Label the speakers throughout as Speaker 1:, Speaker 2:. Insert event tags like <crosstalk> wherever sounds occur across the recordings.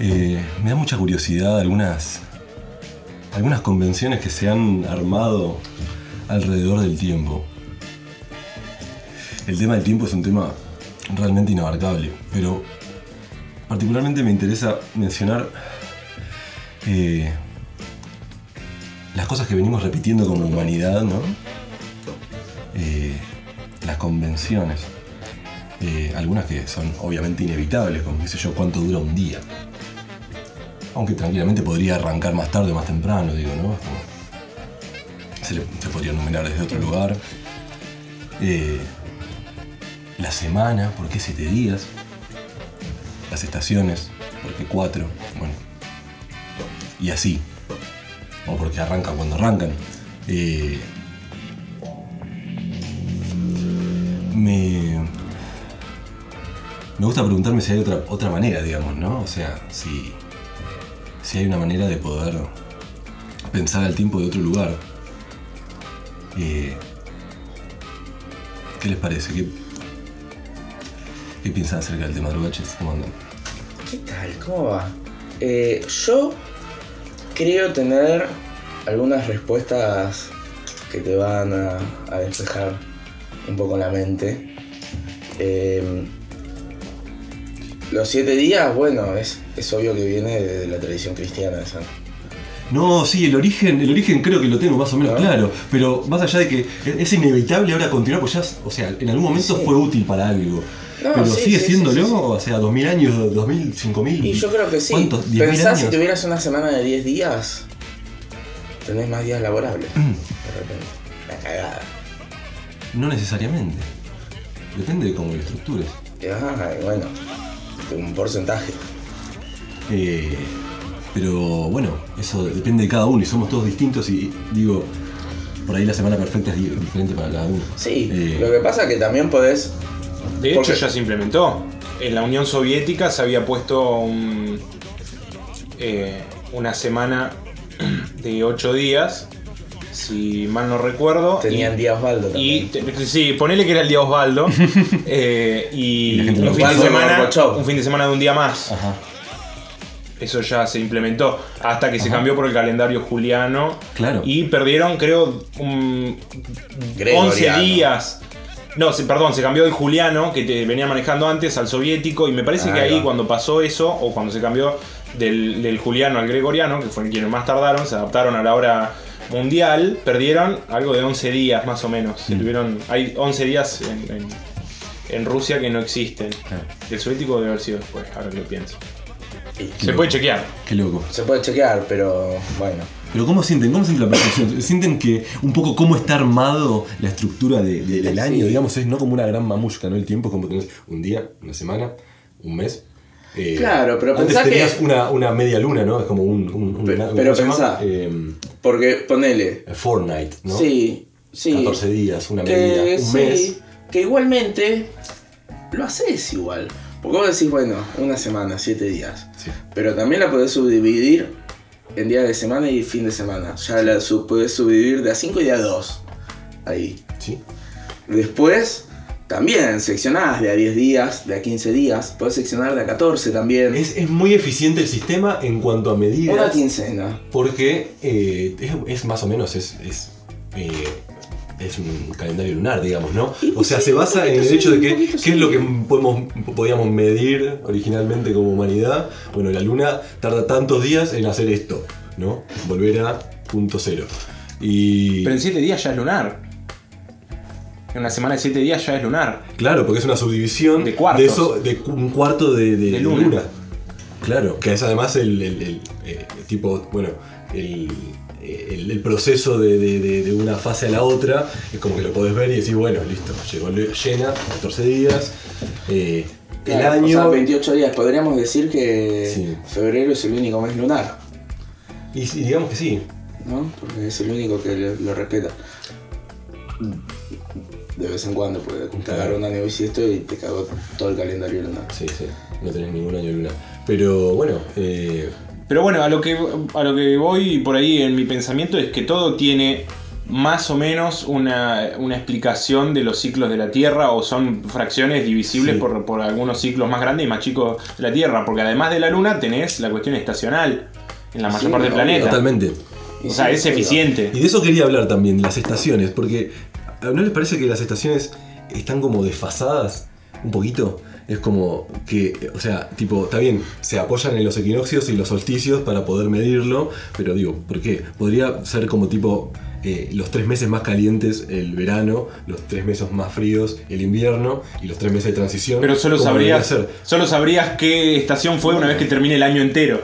Speaker 1: Eh, me da mucha curiosidad algunas, algunas convenciones que se han armado alrededor del tiempo. El tema del tiempo es un tema realmente inabarcable, pero particularmente me interesa mencionar eh, las cosas que venimos repitiendo como humanidad, ¿no? Eh, las convenciones. Eh, algunas que son obviamente inevitables, como qué sé yo, cuánto dura un día. Aunque tranquilamente podría arrancar más tarde o más temprano, digo, ¿no? Como se, le- se podría numerar desde otro lugar. Eh, la semana, ¿por qué siete días? Las estaciones, ¿por qué cuatro? Bueno. Y así. O porque arrancan cuando arrancan. Eh, me, me gusta preguntarme si hay otra, otra manera, digamos, ¿no? O sea, si, si hay una manera de poder pensar el tiempo de otro lugar. Eh, ¿Qué les parece? ¿Qué, qué piensan acerca del tema de los baches? ¿Cómo andan?
Speaker 2: ¿Qué tal? ¿Cómo va? Eh, yo creo tener algunas respuestas que te van a, a despejar un poco la mente. Eh, los siete días, bueno, es, es obvio que viene de la tradición cristiana esa.
Speaker 1: No, sí, el origen, el origen creo que lo tengo más o menos
Speaker 2: Ah.
Speaker 1: claro, pero más allá de que es inevitable ahora continuar, pues ya, o sea, en algún momento
Speaker 2: Sí.
Speaker 1: fue útil para algo.
Speaker 2: No,
Speaker 1: pero
Speaker 2: sí,
Speaker 1: sigue
Speaker 2: sí,
Speaker 1: siéndolo,
Speaker 2: sí, sí, sí.
Speaker 1: o sea, 2000 años, 2000, 5000.
Speaker 2: Y yo creo que sí.
Speaker 1: ¿Cuántos? 10.000
Speaker 2: Pensá si
Speaker 1: años.
Speaker 2: tuvieras una semana de 10 días, tenés más días laborables.
Speaker 1: Mm.
Speaker 2: De repente. La cagada.
Speaker 1: No necesariamente. Depende de cómo lo estructures.
Speaker 2: Ah, bueno, un porcentaje.
Speaker 1: Eh, pero bueno, eso depende de cada uno y somos todos distintos y digo, por ahí la semana perfecta es di- diferente para cada uno.
Speaker 2: Sí,
Speaker 1: Eh,
Speaker 2: lo que pasa es que también podés.
Speaker 3: De hecho,
Speaker 2: Porque-
Speaker 3: ya se implementó. En la Unión Soviética se había puesto un- eh, una semana <clears throat> de ocho días, si mal no recuerdo.
Speaker 2: Tenían
Speaker 3: y-
Speaker 2: días Osvaldo
Speaker 3: y
Speaker 2: también.
Speaker 3: te- sí, ponele que era el
Speaker 1: <laughs>
Speaker 3: día Osvaldo. eh, y
Speaker 1: Y la gente
Speaker 3: un
Speaker 1: lo
Speaker 3: fin, de
Speaker 2: Osvaldo
Speaker 3: semana,
Speaker 2: Gorbachev.
Speaker 3: un fin de semana de un día más.
Speaker 1: Ajá,
Speaker 3: Eso ya se implementó. Hasta que se cambió por el calendario juliano.
Speaker 1: Claro.
Speaker 3: Y perdieron, creo, un, 11
Speaker 2: Gregoriano.
Speaker 3: días. No, se- perdón, se cambió del juliano que te venía manejando antes al soviético. Y me parece que
Speaker 2: Ahí
Speaker 3: ahí
Speaker 2: va.
Speaker 3: cuando pasó eso, o cuando se cambió del, del juliano al gregoriano, que fueron quienes más tardaron, se adaptaron a la hora mundial, perdieron algo de 11 días más o menos. Se tuvieron- hay 11 días en, en- en Rusia que no existen.
Speaker 1: Claro.
Speaker 3: El soviético debe haber sido después, ahora que lo pienso.
Speaker 2: Y
Speaker 3: Se puede chequear.
Speaker 1: qué loco.
Speaker 2: Se puede chequear, pero bueno.
Speaker 1: Pero ¿cómo sienten? ¿Cómo sienten la percepción? ¿Sienten que un poco cómo está armado la estructura de- de- del
Speaker 2: Sí.
Speaker 1: año? Digamos, es no como una gran mamushka, ¿no? El tiempo es como tenés un día, una semana, un mes. Eh,
Speaker 2: Claro, pero
Speaker 1: antes
Speaker 2: pensá que-
Speaker 1: tenías una, una media luna, ¿no? Es como un... un, un-
Speaker 2: Pe-
Speaker 1: una-
Speaker 2: pero
Speaker 1: ¿cómo se llama?
Speaker 2: pensá.
Speaker 1: Eh,
Speaker 2: Porque ponele.
Speaker 1: Fortnite, ¿no?
Speaker 2: Sí, sí.
Speaker 1: 14 días, una medida,
Speaker 2: que,
Speaker 1: un
Speaker 2: sí,
Speaker 1: mes.
Speaker 2: que igualmente lo haces igual. Porque vos decís, bueno, una semana, siete días.
Speaker 1: Sí.
Speaker 2: Pero también la podés subdividir en día de semana y fin de semana. Ya la sub- podés subdividir de a 5 y de a 2. Ahí.
Speaker 1: Sí.
Speaker 2: Después, también seccionadas de a 10 días, de a 15 días. Podés seccionar de a 14 también.
Speaker 1: Es, es muy eficiente el sistema en cuanto a
Speaker 2: una
Speaker 1: medidas.
Speaker 2: quincena.
Speaker 1: Porque eh, es, es más o menos, es, es, eh, es un calendario lunar, digamos, ¿no? O sea, se basa en el hecho de que qué es lo que podemos, podíamos medir originalmente como humanidad. Bueno, la luna tarda tantos días en hacer esto, ¿no? Volver a punto cero. Y
Speaker 3: Pero en 7 días ya es lunar. En una semana de 7 días ya es lunar.
Speaker 1: claro, porque es una subdivisión
Speaker 3: De cuartos.
Speaker 1: eso, de cu- un cuarto de, de-
Speaker 3: De
Speaker 1: de
Speaker 3: luna.
Speaker 1: luna. Claro, que es además el, el- el, eh, tipo, bueno, el, el- el proceso de, de- de- de una fase a la otra, es como que lo podés ver y decís, bueno, listo, llegó le- llena, 14 días, eh, el
Speaker 2: Claro, o
Speaker 1: año...
Speaker 2: sea, 28 días. Podríamos decir que
Speaker 1: Sí.
Speaker 2: febrero es el único mes lunar.
Speaker 1: y, y digamos que sí,
Speaker 2: ¿no? Porque es el único que lo, lo respeta. De vez en cuando, porque te
Speaker 1: Mm. Claro.
Speaker 2: agarró un año bisiesto y te cagó todo el calendario lunar.
Speaker 1: sí, sí, no tenés ningún año de luna. Pero bueno, eh,
Speaker 3: Pero bueno, a lo que, a lo que voy por ahí en mi pensamiento es que todo tiene más o menos una, una explicación de los ciclos de la Tierra o son fracciones divisibles
Speaker 1: Sí.
Speaker 3: por, por algunos ciclos más grandes y más chicos de la Tierra, porque además de la Luna tenés la cuestión estacional en la mayor
Speaker 2: Sí,
Speaker 3: parte del
Speaker 2: obvio,
Speaker 3: planeta.
Speaker 1: Totalmente.
Speaker 2: Y
Speaker 3: O sea,
Speaker 2: sí,
Speaker 3: es
Speaker 2: pero-
Speaker 3: eficiente.
Speaker 1: Y de eso quería hablar también, de las estaciones, porque ¿a- ¿no les parece que las estaciones están como desfasadas un poquito? Es como que, o sea, tipo, está bien, se apoyan en los equinoccios y los solsticios para poder medirlo, pero digo, ¿por qué? Podría ser como tipo eh, los tres meses más calientes el verano, los tres meses más fríos el invierno y los tres meses de transición.
Speaker 3: Pero solo
Speaker 1: como debería
Speaker 3: sabrías,
Speaker 1: ser.
Speaker 3: solo sabrías qué estación fue una vez que termine el año entero.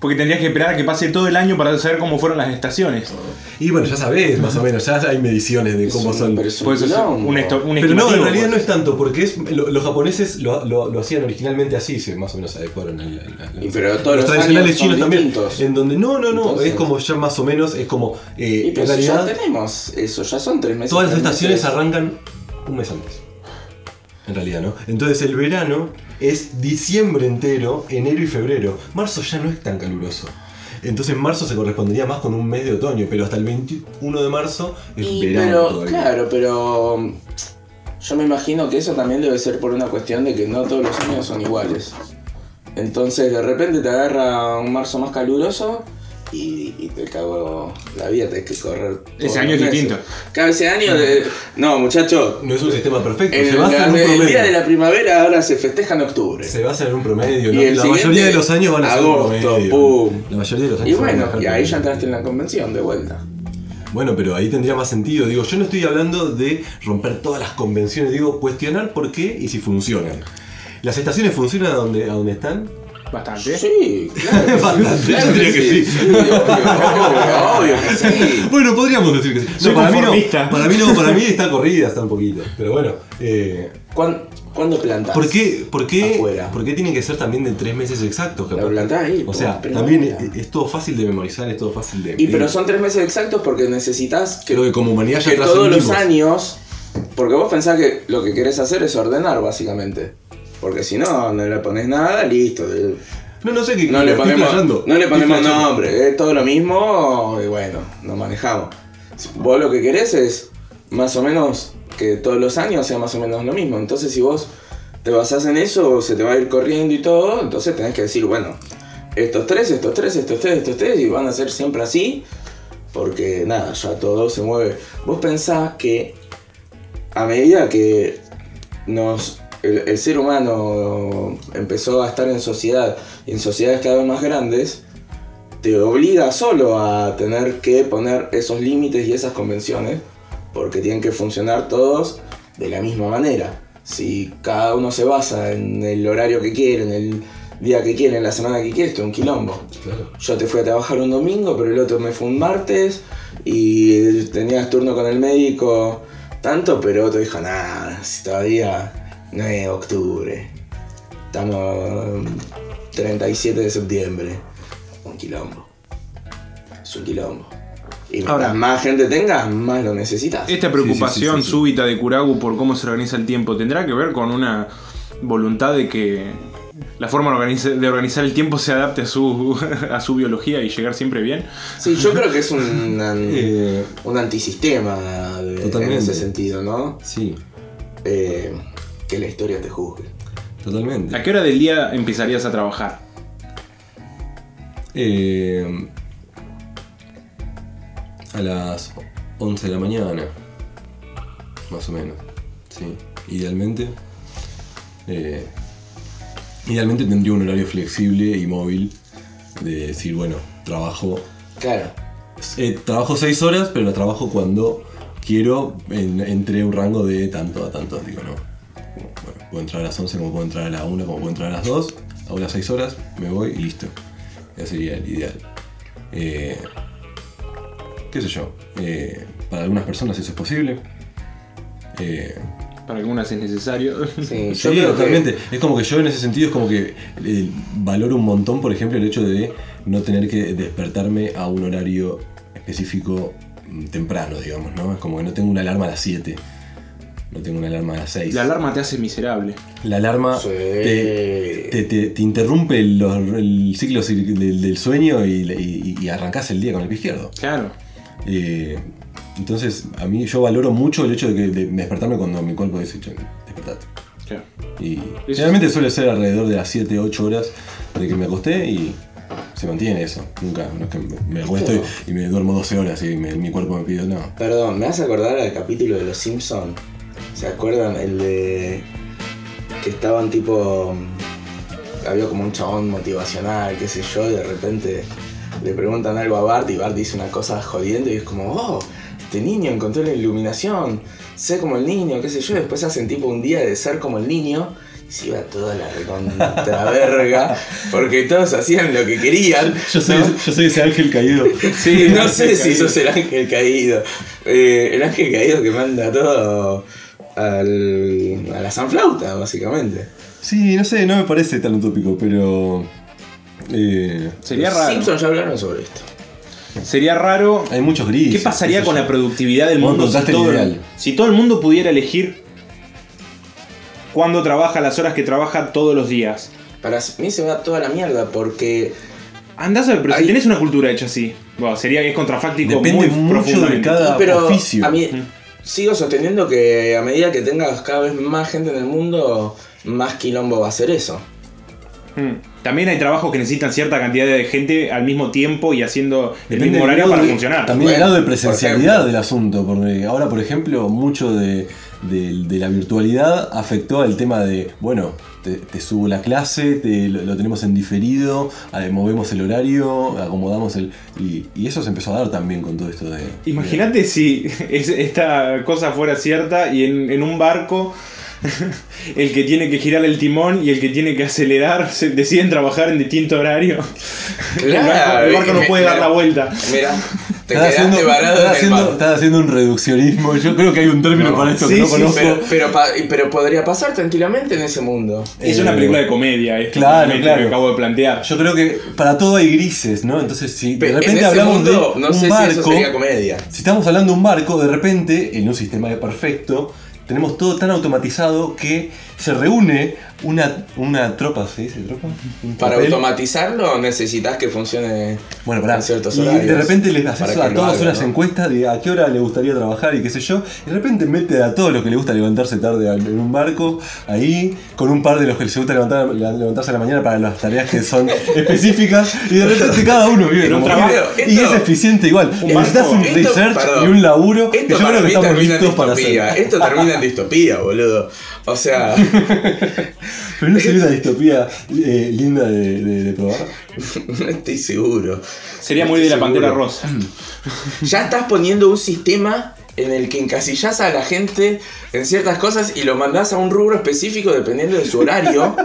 Speaker 3: Porque tendrías que esperar a que pase todo el año para saber cómo fueron las estaciones.
Speaker 1: Y bueno, ya sabés, más o menos, ya hay mediciones de
Speaker 2: Es
Speaker 1: cómo
Speaker 2: un-
Speaker 1: son.
Speaker 2: pero es un
Speaker 3: Puedes hacer
Speaker 2: quilombo.
Speaker 3: un, esto-
Speaker 1: Pero
Speaker 3: un
Speaker 1: no, en
Speaker 3: estimativo,
Speaker 1: realidad no
Speaker 3: pues.
Speaker 1: es tanto, porque es, lo- los japoneses lo, lo- lo hacían originalmente así, se más o menos adecuaron al- al- al-
Speaker 2: Y pero todos los
Speaker 1: tradicionales
Speaker 2: años son
Speaker 1: chinos también.
Speaker 2: distintos.
Speaker 1: En donde, no, no, no,
Speaker 2: Entonces-
Speaker 1: es como ya más o menos, es como. eh,
Speaker 2: Y
Speaker 1: en
Speaker 2: pero si ya
Speaker 1: realidad,
Speaker 2: tenemos eso, ya son tres meses.
Speaker 1: todas las
Speaker 2: tres
Speaker 1: estaciones
Speaker 2: meses.
Speaker 1: arrancan un mes antes. En realidad, ¿no? Entonces el verano es diciembre entero, enero y febrero. Marzo ya no es tan caluroso. Entonces marzo se correspondería más con un mes de otoño, pero hasta el 21 de marzo es
Speaker 2: Y,
Speaker 1: verano.
Speaker 2: pero,
Speaker 1: todavía.
Speaker 2: claro, pero mm, yo me imagino que eso también debe ser por una cuestión de que no todos los años son iguales. Entonces de repente te agarra un marzo más caluroso y, y te cago la vida, tenés que correr.
Speaker 3: Ese
Speaker 2: todos
Speaker 3: año
Speaker 2: los
Speaker 3: es
Speaker 2: meses.
Speaker 3: distinto.
Speaker 2: Claro, ese año
Speaker 1: <laughs>
Speaker 2: de... No, muchacho.
Speaker 1: No es un sistema perfecto,
Speaker 2: El,
Speaker 1: se basa en un
Speaker 2: el
Speaker 1: promedio.
Speaker 2: día de la primavera ahora se festeja en octubre.
Speaker 1: Se basa en un promedio,
Speaker 2: Y
Speaker 1: ¿no?
Speaker 2: el
Speaker 1: La
Speaker 2: siguiente,
Speaker 1: mayoría de los años van a ser un
Speaker 2: agosto,
Speaker 1: promedio.
Speaker 2: pum.
Speaker 1: La mayoría de los años.
Speaker 2: Y
Speaker 1: van a
Speaker 2: bueno,
Speaker 1: bajar
Speaker 2: y ahí ya
Speaker 1: promedio.
Speaker 2: entraste en la convención de vuelta.
Speaker 1: Bueno, pero ahí tendría más sentido. Digo, yo no estoy hablando de romper todas las convenciones, digo, cuestionar por qué y si funcionan. Las estaciones funcionan a donde, a donde están.
Speaker 3: Bastante.
Speaker 2: Sí, claro. que sí.
Speaker 1: <laughs> Bastante, yo diría que sí.
Speaker 2: obvio, obvio, obvio que sí.
Speaker 1: Bueno, podríamos decir que sí.
Speaker 3: Soy
Speaker 1: para mí no,
Speaker 3: conformista.
Speaker 1: para mí no, para
Speaker 2: <laughs>
Speaker 1: mí está corrida hasta un poquito. Pero bueno, eh,
Speaker 2: ¿Cuán- ¿Cuándo plantas?
Speaker 1: ¿por qué, por qué,
Speaker 2: Afuera.
Speaker 1: por qué tienen que ser también de tres meses exactos?
Speaker 2: La
Speaker 1: capaz?
Speaker 2: plantás ahí.
Speaker 1: O sea,
Speaker 2: pero-
Speaker 1: también eh, es, es todo fácil de memorizar, es todo fácil de.
Speaker 2: Y pero
Speaker 1: medir.
Speaker 2: son tres meses exactos porque necesitas que,
Speaker 1: Creo que como humanidad ya
Speaker 2: que todos los
Speaker 1: trascendimos.
Speaker 2: años. Porque vos pensás que lo que querés hacer es ordenar, básicamente. Porque si no, no le pones nada, listo. eh,
Speaker 1: No, no sé qué.
Speaker 2: No le
Speaker 1: estoy flasheando.
Speaker 2: ponemos, no le
Speaker 1: Estoy
Speaker 2: ponemos
Speaker 1: flasheando.
Speaker 2: nombre, es todo lo mismo y bueno, nos manejamos. Si Vos lo que querés es más o menos que todos los años sea más o menos lo mismo. Entonces si vos te basás en eso, se te va a ir corriendo y todo, entonces tenés que decir, bueno, estos tres, estos tres, estos tres, estos tres, y van a ser siempre así, porque nada, ya todo se mueve. Vos pensás que a medida que nos el, el ser humano empezó a estar en sociedad y en sociedades cada vez más grandes, te obliga solo a tener que poner esos límites y esas convenciones, porque tienen que funcionar todos de la misma manera. Si cada uno se basa en el horario que quiere, en el día que quiere, en la semana que quiere, esto es un quilombo.
Speaker 1: Claro.
Speaker 2: Yo te fui a trabajar un domingo, pero el otro me fue un martes y tenías turno con el médico tanto, pero otro dijo, nada, si todavía no es octubre. Estamos mm, 37 de septiembre. Un quilombo. Es un quilombo. Y
Speaker 3: Ahora-
Speaker 2: mientras más gente tengas, más lo necesitas.
Speaker 1: eh,
Speaker 3: Esta preocupación
Speaker 1: Sí, sí, sí, sí, sí.
Speaker 3: súbita de Kuragu por cómo se organiza el tiempo tendrá que ver con una voluntad de que la forma de organiza- de organizar el tiempo se adapte a su, <laughs> a su biología y llegar siempre bien.
Speaker 2: Sí, yo creo que
Speaker 1: <laughs>
Speaker 2: es un, an-
Speaker 1: Eh,
Speaker 2: un antisistema de- en
Speaker 1: Totalmente.
Speaker 2: ese sentido, ¿no?
Speaker 1: sí,
Speaker 2: Eh, que la historia te juzgue.
Speaker 1: totalmente.
Speaker 3: ¿A qué hora del día empezarías a trabajar?
Speaker 1: Eh, a las 11 de la mañana. Más o menos. Sí. Idealmente. eh, idealmente tendría un horario flexible y móvil. De decir, bueno, trabajo
Speaker 2: Claro.
Speaker 1: Eh, trabajo 6 horas, pero la trabajo cuando quiero, en- entre un rango de tanto a tanto. Digo, no. Bueno, puedo entrar a las 11, como puedo entrar a las 1, como puedo entrar a las 2. Hago las 6 horas, me voy y listo. Ese sería el ideal. Eh, ¿Qué sé yo? eh, para algunas personas eso es posible. Eh,
Speaker 3: Para algunas es necesario.
Speaker 2: Sí, Eh, yo
Speaker 1: Sí,
Speaker 2: creo que-
Speaker 1: totalmente. Es como que yo en ese sentido es como que eh, valoro un montón, por ejemplo, el hecho de no tener que despertarme a un horario específico mm, temprano, digamos, ¿no? Es como que no tengo una alarma a las 7. No tengo una alarma a las 6.
Speaker 3: <laughs> La alarma te hace miserable.
Speaker 1: La alarma
Speaker 2: Sí.
Speaker 1: te, te- te- te interrumpe los- el ciclo cir- del, del sueño y, y, y arrancás el día con el pie izquierdo.
Speaker 3: Claro.
Speaker 1: Eh, entonces, a mí yo valoro mucho el hecho de, que, de despertarme cuando mi cuerpo dice, "Che, despertate.
Speaker 3: Claro.
Speaker 1: Y
Speaker 3: Eso
Speaker 1: generalmente suele ser alrededor de las 7, 8 horas de que me acosté y se mantiene eso. Nunca, no es que me me acuesto y, y me duermo 12 horas y me- mi cuerpo me pide, no.
Speaker 2: Perdón, me hace acordar al capítulo de Los Simpson. ¿Se acuerdan? El de. que estaban tipo. mm, Había como un chabón motivacional, qué sé yo, y de repente le preguntan algo a Bart y Bart dice una cosa jodiendo y es como, oh, este niño encontró la iluminación, sé como el niño, qué sé yo, y después hacen tipo un día de ser como el niño. y Se iba toda la recontraverga, porque todos hacían lo que querían.
Speaker 1: Yo soy,
Speaker 2: ¿no?
Speaker 1: yo soy ese ángel caído.
Speaker 2: <laughs> Sí, no sé si sos el ángel caído. Eh, el ángel caído que manda todo al, a la sanflauta, básicamente.
Speaker 1: Sí, no sé, no me parece tan utópico, pero. eh,
Speaker 3: Sería
Speaker 2: Los
Speaker 3: raro.
Speaker 2: Simpsons ya hablaron sobre esto.
Speaker 3: Sería raro.
Speaker 1: hay muchos grises.
Speaker 3: ¿Qué pasaría
Speaker 1: sé
Speaker 3: con
Speaker 1: yo.
Speaker 3: la productividad del
Speaker 1: Vos
Speaker 3: mundo si
Speaker 1: contaste el
Speaker 3: todo, el,
Speaker 1: ideal.
Speaker 3: si todo el mundo pudiera elegir cuándo trabaja, las horas que trabaja todos los días?
Speaker 2: Para mí se va toda la mierda porque
Speaker 3: Andás a ver, pero
Speaker 2: Ahí-
Speaker 3: si tenés una cultura hecha así, bueno, sería es contrafáctico
Speaker 1: Depende
Speaker 3: muy
Speaker 1: mucho de
Speaker 3: profundamente.
Speaker 1: cada
Speaker 2: pero
Speaker 1: oficio.
Speaker 2: a mí sigo sosteniendo que a medida que tengas cada vez más gente en el mundo, más quilombo va a ser eso.
Speaker 3: Mm. También hay trabajos que necesitan cierta cantidad de gente al mismo tiempo y haciendo el
Speaker 1: Depende
Speaker 3: mismo
Speaker 1: del
Speaker 3: horario
Speaker 1: grado
Speaker 3: para
Speaker 1: de-
Speaker 3: funcionar.
Speaker 1: También el
Speaker 2: Bueno,
Speaker 1: grado de
Speaker 2: por
Speaker 1: presencialidad
Speaker 2: ejemplo.
Speaker 1: del asunto, porque ahora, por ejemplo, mucho de, de- de la virtualidad afectó al tema de, bueno, te, te subo la clase, te- lo, lo tenemos en diferido, eh, movemos el horario, acomodamos el... Y, y eso se empezó a dar también con todo esto de...
Speaker 3: Imagínate si <laughs> es- esta cosa fuera cierta y en, en un barco <laughs> el que tiene que girar el timón y el que tiene que acelerar se- deciden trabajar en distinto horario. <laughs> el barco, el barco no
Speaker 1: eh,
Speaker 2: me-
Speaker 3: puede dar la vuelta.
Speaker 2: Mira, te
Speaker 1: Estás
Speaker 2: quedaste
Speaker 1: haciendo,
Speaker 2: varado
Speaker 1: estás
Speaker 2: en el
Speaker 1: haciendo-
Speaker 2: barco.
Speaker 1: estás haciendo un reduccionismo, yo creo que hay un término
Speaker 3: No,
Speaker 1: para esto
Speaker 3: sí,
Speaker 1: que no
Speaker 3: sí,
Speaker 1: conozco.
Speaker 2: Pero, pero, pa- pero podría pasar tranquilamente en ese mundo.
Speaker 3: Es una
Speaker 1: Eh,
Speaker 3: película de comedia, esto
Speaker 1: claro,
Speaker 3: realmente
Speaker 1: claro.
Speaker 3: que acabo de plantear.
Speaker 1: Yo creo que para todo hay grises, ¿no? Entonces, si de
Speaker 2: Pe-
Speaker 1: repente
Speaker 2: en ese
Speaker 1: hablamos
Speaker 2: mundo,
Speaker 1: de
Speaker 2: no
Speaker 1: un
Speaker 2: sé
Speaker 1: barco,
Speaker 2: si eso sería comedia.
Speaker 1: Si estamos hablando de un barco, de repente, en un sistema perfecto, tenemos todo tan automatizado que se reúne una, una tropa, ¿se dice tropa? Un
Speaker 2: Para
Speaker 1: tropel.
Speaker 2: automatizarlo necesitas que funcione.
Speaker 1: Bueno, pará.
Speaker 2: en ciertos
Speaker 1: y
Speaker 2: horarios,
Speaker 1: de repente les haces
Speaker 2: para que
Speaker 1: a
Speaker 2: no
Speaker 1: todas
Speaker 2: hagan,
Speaker 1: unas
Speaker 2: ¿no?
Speaker 1: encuestas de a qué hora le gustaría trabajar y qué sé yo. Y de repente mete a todos los que le gusta levantarse tarde al- en un barco, ahí, con un par de los que les gusta levantar, la- levantarse a la mañana para las tareas que
Speaker 2: <laughs>
Speaker 1: son específicas. Y de repente cada uno vive
Speaker 3: Pero
Speaker 1: como
Speaker 3: un trabajo-
Speaker 1: quiere. Y
Speaker 2: esto-
Speaker 1: es eficiente igual.
Speaker 3: barco-
Speaker 1: Necesitas un
Speaker 2: esto-
Speaker 1: research
Speaker 2: perdón.
Speaker 1: y un laburo que
Speaker 2: Esto
Speaker 1: yo
Speaker 2: para
Speaker 1: creo que
Speaker 2: mí
Speaker 1: estamos
Speaker 2: termina en
Speaker 1: listos para
Speaker 2: distopía.
Speaker 1: hacer.
Speaker 2: Esto
Speaker 1: <laughs>
Speaker 2: termina en distopía, boludo. O sea, <laughs> eh.
Speaker 1: Pero no sería una distopía eh, linda de, de- de probar.
Speaker 2: no estoy seguro.
Speaker 3: Sería muy de la
Speaker 2: Seguro.
Speaker 3: pantera rosa.
Speaker 2: Ya estás poniendo un sistema en el que encasillas a la gente en ciertas cosas y lo mandás a un rubro específico dependiendo de su
Speaker 1: <laughs>
Speaker 2: horario.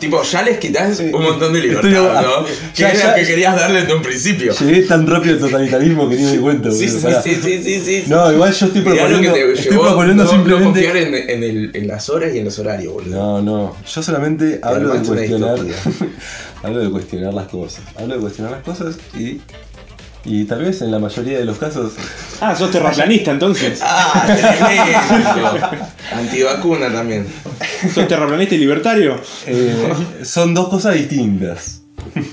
Speaker 2: tipo, ya les quitas un montón de libertad,
Speaker 1: Estoy-
Speaker 2: ¿no?
Speaker 1: Ya,
Speaker 2: que es
Speaker 1: ya.
Speaker 2: lo que querías darle desde un principio.
Speaker 1: Llegué tan rápido al totalitarismo que ni me di cuenta.
Speaker 2: Sí,
Speaker 1: boludo,
Speaker 2: sí,
Speaker 1: pará.
Speaker 2: sí, sí, sí, sí.
Speaker 1: No, igual yo estoy
Speaker 2: Mirá lo que
Speaker 1: proponiendo,
Speaker 2: te
Speaker 1: estoy
Speaker 2: llevó
Speaker 1: proponiendo
Speaker 2: no- no confiar
Speaker 1: simplemente.
Speaker 2: en, en el- en las horas y en los horarios, boludo.
Speaker 1: No, no, yo solamente hablo de
Speaker 2: armaste una
Speaker 1: cuestionar.
Speaker 2: distopía.
Speaker 1: <laughs> hablo de cuestionar las cosas. Hablo de cuestionar las cosas y. Y tal vez en la mayoría de los casos.
Speaker 3: Ah, sos terraplanista entonces.
Speaker 2: ¡Ah,
Speaker 1: <laughs>
Speaker 2: tremendo! Antivacuna también.
Speaker 3: Sos terraplanista y libertario.
Speaker 1: eh, son dos cosas distintas. <laughs>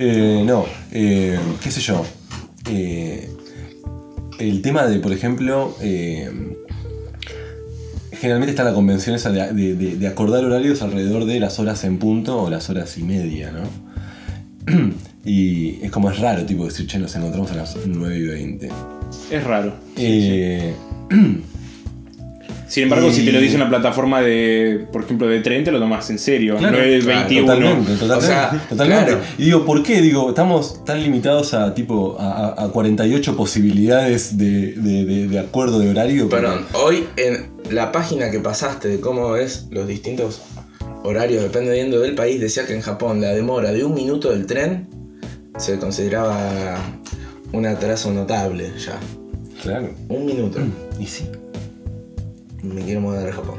Speaker 1: Eh, no, eh, qué sé yo. Eh, el tema de, por ejemplo. eh, Generalmente está la convención esa de, de- de- de acordar horarios alrededor de las horas en punto o las horas y media, ¿no? <clears throat> Y es como es raro, tipo, decir, che, nos encontramos a las 9 y 20.
Speaker 3: Es raro.
Speaker 1: Eh,
Speaker 3: Sin embargo,
Speaker 1: Y-
Speaker 3: si te lo dice una plataforma de, por ejemplo, de tren, te lo tomas en serio.
Speaker 1: Claro,
Speaker 3: no es
Speaker 2: claro,
Speaker 3: 21.
Speaker 1: Ah, Totalmente, totalmente.
Speaker 2: O sea,
Speaker 1: totalmente.
Speaker 2: claro.
Speaker 1: Y digo, ¿por qué? Digo, estamos tan limitados a tipo a, a- a 48 posibilidades de, de- de- de acuerdo de horario.
Speaker 2: Perdón, hoy en la página que pasaste de cómo es los distintos horarios dependiendo del país, decía que en Japón la demora de un minuto del tren se consideraba un atraso notable ya.
Speaker 1: Claro.
Speaker 2: Un minuto.
Speaker 1: Y sí. Mm.
Speaker 2: Me quiero mudar a Japón.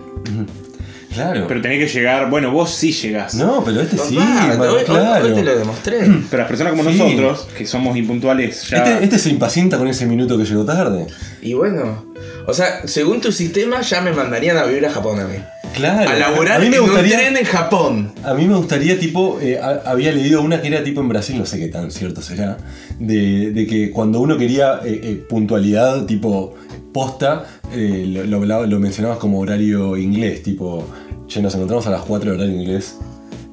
Speaker 1: Claro.
Speaker 3: Pero tenés que llegar. Bueno, vos sí llegás.
Speaker 1: no, pero este sí,
Speaker 2: Papá,
Speaker 1: man,
Speaker 2: hoy- hoy-
Speaker 1: claro. Este, Mm.
Speaker 2: hoy te lo demostré.
Speaker 3: Pero las personas como
Speaker 1: Sí.
Speaker 3: nosotros, que somos impuntuales ya.
Speaker 1: este, este se impacienta con ese minuto que llegó tarde.
Speaker 2: Y bueno, o sea, según tu sistema ya me mandarían a vivir a Japón a mí.
Speaker 1: Claro.
Speaker 2: A laburar
Speaker 1: mí me
Speaker 2: en
Speaker 1: gustaría-
Speaker 2: un tren en Japón.
Speaker 1: A mí me gustaría, tipo, eh, a- había leído una que era tipo en Brasil, no sé qué tan cierto será, de, de que cuando uno quería eh, eh, puntualidad, tipo posta, eh, lo, lo hablaba- lo mencionabas como horario inglés, tipo, che, nos encontramos a las 4 de horario inglés.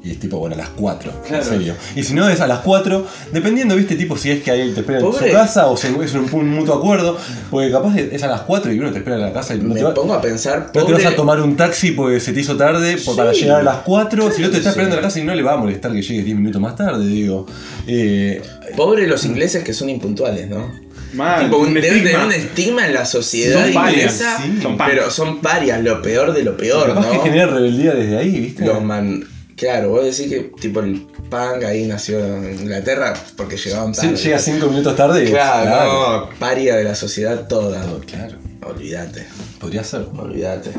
Speaker 1: Y es tipo, bueno, a las 4,
Speaker 2: Claro.
Speaker 1: en serio. Y si no es a las 4, dependiendo, viste, tipo, si es que ahí te esperan en su
Speaker 2: Pobre.
Speaker 1: casa o si es un, un mutuo acuerdo, porque capaz es a las 4 y uno te espera en la casa y no
Speaker 2: Me
Speaker 1: te va-
Speaker 2: pongo a pensar,
Speaker 1: no te vas
Speaker 2: pobre-
Speaker 1: a tomar un taxi porque se te hizo tarde po- para
Speaker 2: Sí.
Speaker 1: llegar a las 4. si no te está
Speaker 2: sí.
Speaker 1: esperando en la casa y no le va a molestar que llegues 10 minutos más tarde, digo. Eh,
Speaker 2: pobre los ingleses que son impuntuales, ¿no?
Speaker 3: Mal,
Speaker 2: Tipo, un,
Speaker 3: Ah, un
Speaker 2: deben
Speaker 3: estigma.
Speaker 2: tener un estigma en la sociedad
Speaker 3: Son parias,
Speaker 2: inglesa,
Speaker 1: sí.
Speaker 3: Son parias.
Speaker 2: pero son parias, lo peor de lo peor,
Speaker 1: capaz
Speaker 2: ¿no?
Speaker 1: que genera rebeldía desde ahí, ¿viste?
Speaker 2: Los man... Claro, vos decís que tipo el punk ahí nació en Inglaterra porque llegaban
Speaker 1: Sí,
Speaker 2: tarde.
Speaker 1: llega 5 minutos tarde y.
Speaker 2: Claro, no, paria de la sociedad toda.
Speaker 1: Claro, claro.
Speaker 2: Olvídate,
Speaker 1: Podría ser.
Speaker 2: olvídate.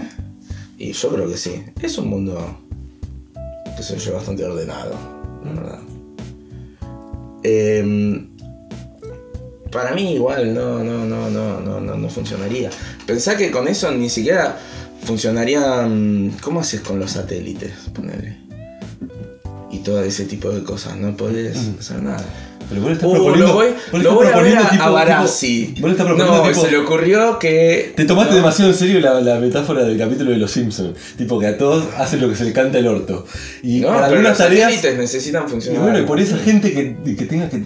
Speaker 2: Y yo creo que sí. Es un mundo, que sé yo, bastante ordenado, la verdad. Em, para mí igual no, no, no, no, no, no, no funcionaría. Pensá que con eso ni siquiera funcionaría... mm, ¿Cómo haces con los satélites? Ponele. Y todo ese tipo de cosas. No podés hacer nada.
Speaker 1: Pero vos le estás
Speaker 2: Uh,
Speaker 1: Mm. proponiendo.
Speaker 2: lo voy,
Speaker 1: vos le
Speaker 2: lo
Speaker 1: estás
Speaker 2: voy a ver
Speaker 1: proponiendo
Speaker 2: a,
Speaker 1: tipo-
Speaker 2: a
Speaker 1: tipo-
Speaker 2: Barassi.
Speaker 1: vos le estás proponiendo
Speaker 2: no,
Speaker 1: tipo-
Speaker 2: se le ocurrió que.
Speaker 1: Te tomaste
Speaker 2: no,
Speaker 1: demasiado en serio la, la metáfora del capítulo de los Simpsons. Tipo que a todos hacen lo que se le canta el orto. Y
Speaker 2: No,
Speaker 1: para
Speaker 2: pero
Speaker 1: algunas
Speaker 2: los
Speaker 1: tareas.
Speaker 2: satélites necesitan
Speaker 1: Y
Speaker 2: funcionar.
Speaker 1: bueno, y por esa gente que, que tenga que,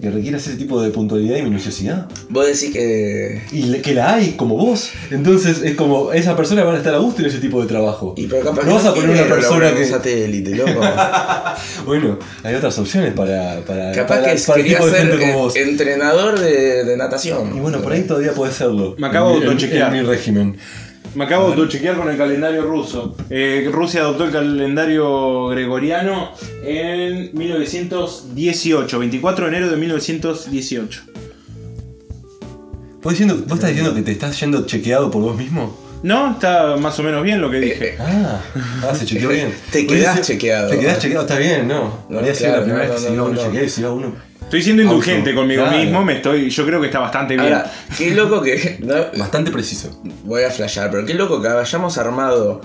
Speaker 1: que requiera ese tipo de puntualidad y minuciosidad.
Speaker 2: Vos decís que.
Speaker 1: Y le- que la hay, como vos. Entonces es como, esa persona van a estar a gusto en ese tipo de trabajo.
Speaker 2: Y pero capaz
Speaker 1: no vas a poner una
Speaker 2: quiero laburar
Speaker 1: persona
Speaker 2: en un
Speaker 1: que... <laughs>
Speaker 2: satélite, loco.
Speaker 1: Bueno, hay otras opciones para, para,
Speaker 2: capaz
Speaker 1: para-
Speaker 2: que
Speaker 1: para el
Speaker 2: quería
Speaker 1: tipo de
Speaker 2: ser
Speaker 1: gente como
Speaker 2: en-
Speaker 1: vos.
Speaker 2: entrenador de, de natación.
Speaker 1: Y bueno, por ahí todavía puede serlo.
Speaker 3: Me acabo de
Speaker 1: En- en-
Speaker 3: autochequear.
Speaker 1: En mi régimen.
Speaker 3: Me acabo de chequear con el calendario ruso. Eh, Rusia adoptó el calendario gregoriano en 1918, 24 de enero de 1918.
Speaker 1: ¿Vos, diciendo, ¿Vos estás diciendo que te estás yendo chequeado por vos mismo?
Speaker 3: No, está más o menos bien
Speaker 2: Eh,
Speaker 3: lo que dije.
Speaker 1: Ah, ah se chequeó bien.
Speaker 2: <laughs> Te
Speaker 1: Hubiese
Speaker 2: quedás
Speaker 1: sido-
Speaker 2: chequeado.
Speaker 1: Te quedás chequeado, está bien, no.
Speaker 2: No,
Speaker 1: Habría sido la
Speaker 2: claro,
Speaker 1: primera vez
Speaker 2: no,
Speaker 1: que
Speaker 2: no,
Speaker 1: se iba
Speaker 2: no,
Speaker 1: uno
Speaker 2: no.
Speaker 1: chequeado y se iba uno.
Speaker 3: Estoy siendo
Speaker 1: Auto.
Speaker 3: indulgente conmigo
Speaker 1: Claro.
Speaker 3: mismo, me estoy, yo creo que está bastante bien.
Speaker 2: Ahora, qué loco
Speaker 1: <laughs>
Speaker 2: que. no,
Speaker 1: Bastante preciso.
Speaker 2: voy a flashear, pero qué loco que hayamos armado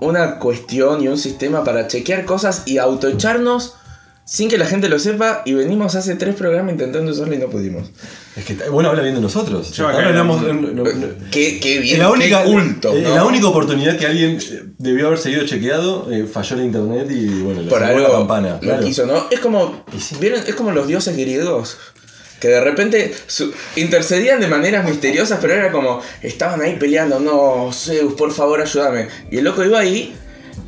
Speaker 2: una cuestión y un sistema para chequear cosas y autoecharnos sin que la gente lo sepa y venimos hace tres programas intentando usarlo y no pudimos.
Speaker 1: Es que, bueno, habla bien de nosotros.
Speaker 3: Yo acá-
Speaker 1: Ahora hablamos- no- no-
Speaker 2: Qué, qué bien,
Speaker 1: la única,
Speaker 2: qué culto.
Speaker 1: eh,
Speaker 2: ¿no?
Speaker 1: la única oportunidad que alguien eh, debió haber seguido chequeado eh, falló la internet y bueno, le
Speaker 2: Por
Speaker 1: sonó
Speaker 2: algo
Speaker 1: la campana.
Speaker 2: lo
Speaker 1: claro.
Speaker 2: quiso, ¿no? Es como,
Speaker 1: Y sí.
Speaker 2: ¿vieron? Es como los dioses griegos. Que de repente su- intercedían de maneras misteriosas, pero era como, estaban ahí peleando, no, Zeus, por favor, ayúdame. Y el loco iba ahí,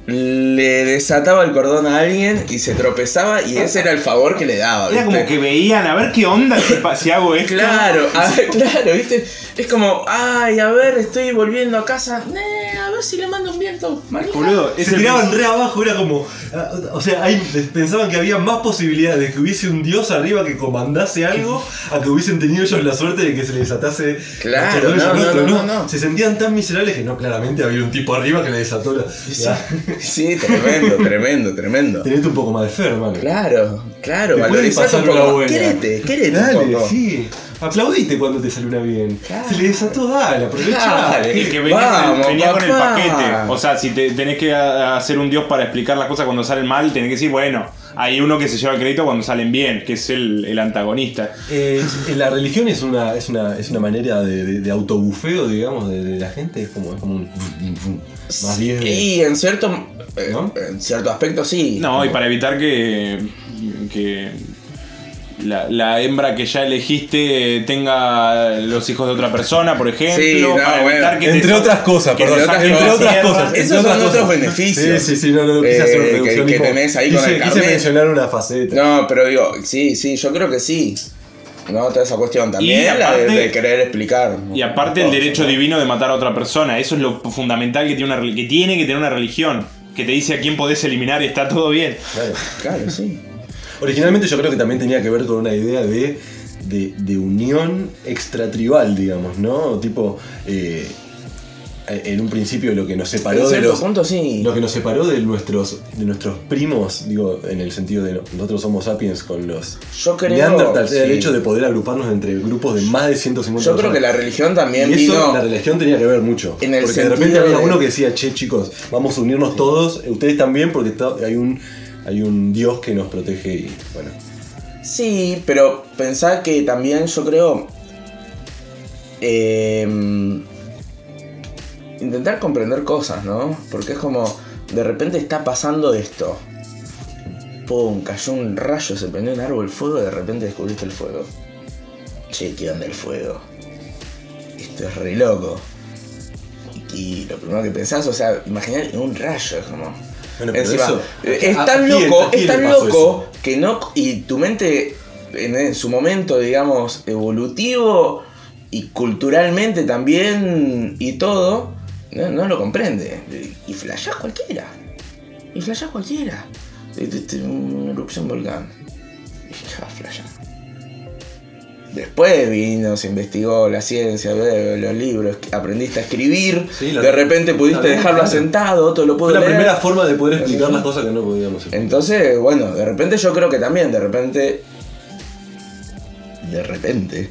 Speaker 2: le desataba el cordón a alguien y se tropezaba
Speaker 1: Ah.
Speaker 2: y ese era el favor que le daba.
Speaker 3: Era como
Speaker 2: ¿viste?
Speaker 3: que veían, a ver qué onda si, pa- si hago esto.
Speaker 2: este- Claro, <laughs> a ver, claro, ¿viste? Es como, ay, a ver, estoy volviendo a casa, eh, a ver si le mando un viento. manija".
Speaker 3: Boludo, es
Speaker 1: Se
Speaker 3: el
Speaker 1: tiraban re abajo, era como. ah, O sea, ahí pensaban que había más posibilidades de que hubiese un dios arriba que comandase algo a que hubiesen tenido ellos la suerte de que se les atase.
Speaker 2: Claro,
Speaker 1: los cordones
Speaker 2: no,
Speaker 1: al
Speaker 2: no,
Speaker 1: otro,
Speaker 2: no, no, no.
Speaker 1: Se sentían tan miserables que no, claramente había un tipo arriba que le desató la. Ya,
Speaker 2: Sí, <laughs> tremendo, tremendo, tremendo.
Speaker 1: Tenete un poco más de fe, hermano.
Speaker 2: Claro, claro,
Speaker 1: Te puede
Speaker 2: valorizate
Speaker 1: pasar
Speaker 2: un poco
Speaker 1: una
Speaker 2: más.
Speaker 1: buena.
Speaker 2: Quérete, quérete un
Speaker 1: Dale,
Speaker 2: poco.
Speaker 1: sí. Aplaudiste cuando te salió una bien.
Speaker 2: Claro.
Speaker 1: Se le desató, dale, aprovechá.
Speaker 2: Dale.
Speaker 3: Y que venía, con,
Speaker 2: Vamos,
Speaker 3: el, venía con el
Speaker 2: papá.
Speaker 3: paquete. O sea, si te- tenés que a- hacer un dios para explicar las cosas cuando salen mal, tenés que decir, bueno, hay uno que se lleva el crédito cuando salen bien, que es el, el antagonista.
Speaker 1: Eh, la religión es una, es una, es una manera de, de, de autobufeo, digamos, de, de la gente. Es como, es como un. Más bien. de-
Speaker 2: Y en cierto, eh,
Speaker 1: ¿No?
Speaker 2: en cierto aspecto sí.
Speaker 3: No, y para evitar que. que la, la hembra que ya elegiste eh, tenga los hijos de otra persona, por ejemplo.
Speaker 2: Sí, no,
Speaker 3: para evitar
Speaker 2: bueno.
Speaker 3: que te
Speaker 1: Entre
Speaker 3: sa-
Speaker 1: otras cosas,
Speaker 3: que
Speaker 1: perdón.
Speaker 3: te
Speaker 2: otras
Speaker 3: saquen
Speaker 1: entre
Speaker 3: las
Speaker 1: otras
Speaker 3: mierdas.
Speaker 1: cosas. entre
Speaker 2: Esos
Speaker 1: otras
Speaker 2: son otros
Speaker 1: cosas.
Speaker 2: beneficios.
Speaker 1: Sí, sí, sí, no, no quise
Speaker 2: Eh,
Speaker 1: hacer un
Speaker 2: que- que
Speaker 1: reduccionismo.
Speaker 2: tenés ahí con
Speaker 1: quise,
Speaker 2: el
Speaker 1: quise
Speaker 2: carnet.
Speaker 1: mencionar una faceta.
Speaker 2: No, pero digo, sí, sí, yo creo que sí. No, toda esa cuestión también,
Speaker 3: Y aparte-
Speaker 2: la de, de querer explicar.
Speaker 3: Y aparte el derecho divino de matar a otra persona, eso es lo fundamental que tiene, una, reli- que tiene que tener una religión, que te dice a quién podés eliminar y está todo bien.
Speaker 1: Claro.
Speaker 2: Claro, sí.
Speaker 1: Originalmente yo creo que también tenía que ver con una idea de, de, de unión extratribal, digamos, ¿no? Tipo, eh, en un principio lo que nos separó
Speaker 2: en
Speaker 1: de
Speaker 2: cierto
Speaker 1: los.
Speaker 2: punto sí.
Speaker 1: Lo que nos separó de nuestros, de nuestros primos, digo, en el sentido de no- nosotros somos sapiens con los
Speaker 2: Yo creo-
Speaker 1: Neandertals, era el
Speaker 2: sí.
Speaker 1: hecho de poder agruparnos entre grupos de más de 150
Speaker 2: Yo creo que la
Speaker 1: personas.
Speaker 2: religión también
Speaker 1: y eso,
Speaker 2: vino.
Speaker 1: la religión tenía que ver mucho.
Speaker 2: En el
Speaker 1: porque de repente
Speaker 2: sentido
Speaker 1: había
Speaker 2: de-
Speaker 1: uno que decía, che chicos, vamos a unirnos todos, eh, ustedes también, porque está- hay, un, hay un Dios que nos protege y bueno.
Speaker 2: Sí, pero pensá que también yo creo. eh, intentar comprender cosas, ¿no? Porque es como. De repente está pasando esto. Pum, cayó un rayo, se prendió un árbol fuego y de repente descubriste el fuego. Che, ¿qué onda el fuego? Esto es re loco. Y lo primero que pensás, o sea, imaginar un rayo, es como.
Speaker 1: Bueno, pero
Speaker 2: Encima,
Speaker 1: eso-
Speaker 2: es
Speaker 1: ¿a- a
Speaker 2: tan
Speaker 1: quién-
Speaker 2: loco,
Speaker 1: a quién
Speaker 2: es
Speaker 1: le
Speaker 2: tan
Speaker 1: pasó
Speaker 2: loco que no. Y tu mente, en, en su momento, digamos, evolutivo y culturalmente también y todo, no, no lo comprende. Y flashás cualquiera. Y flashás cualquiera. Y te- te- Una erupción volcán. Y ya flashás. Después vino, se investigó la ciencia, ve- los libros, aprendiste a escribir,
Speaker 1: Sí, la-
Speaker 2: de repente pudiste
Speaker 1: la-
Speaker 2: dejarlo
Speaker 1: claro.
Speaker 2: asentado, otro lo pudo
Speaker 1: Fue la
Speaker 2: leer.
Speaker 1: primera forma de poder explicar
Speaker 2: Sí.
Speaker 1: las cosas que no podíamos explicar.
Speaker 2: Entonces, bueno, de repente yo creo que también, de repente.
Speaker 1: <laughs>
Speaker 2: De repente.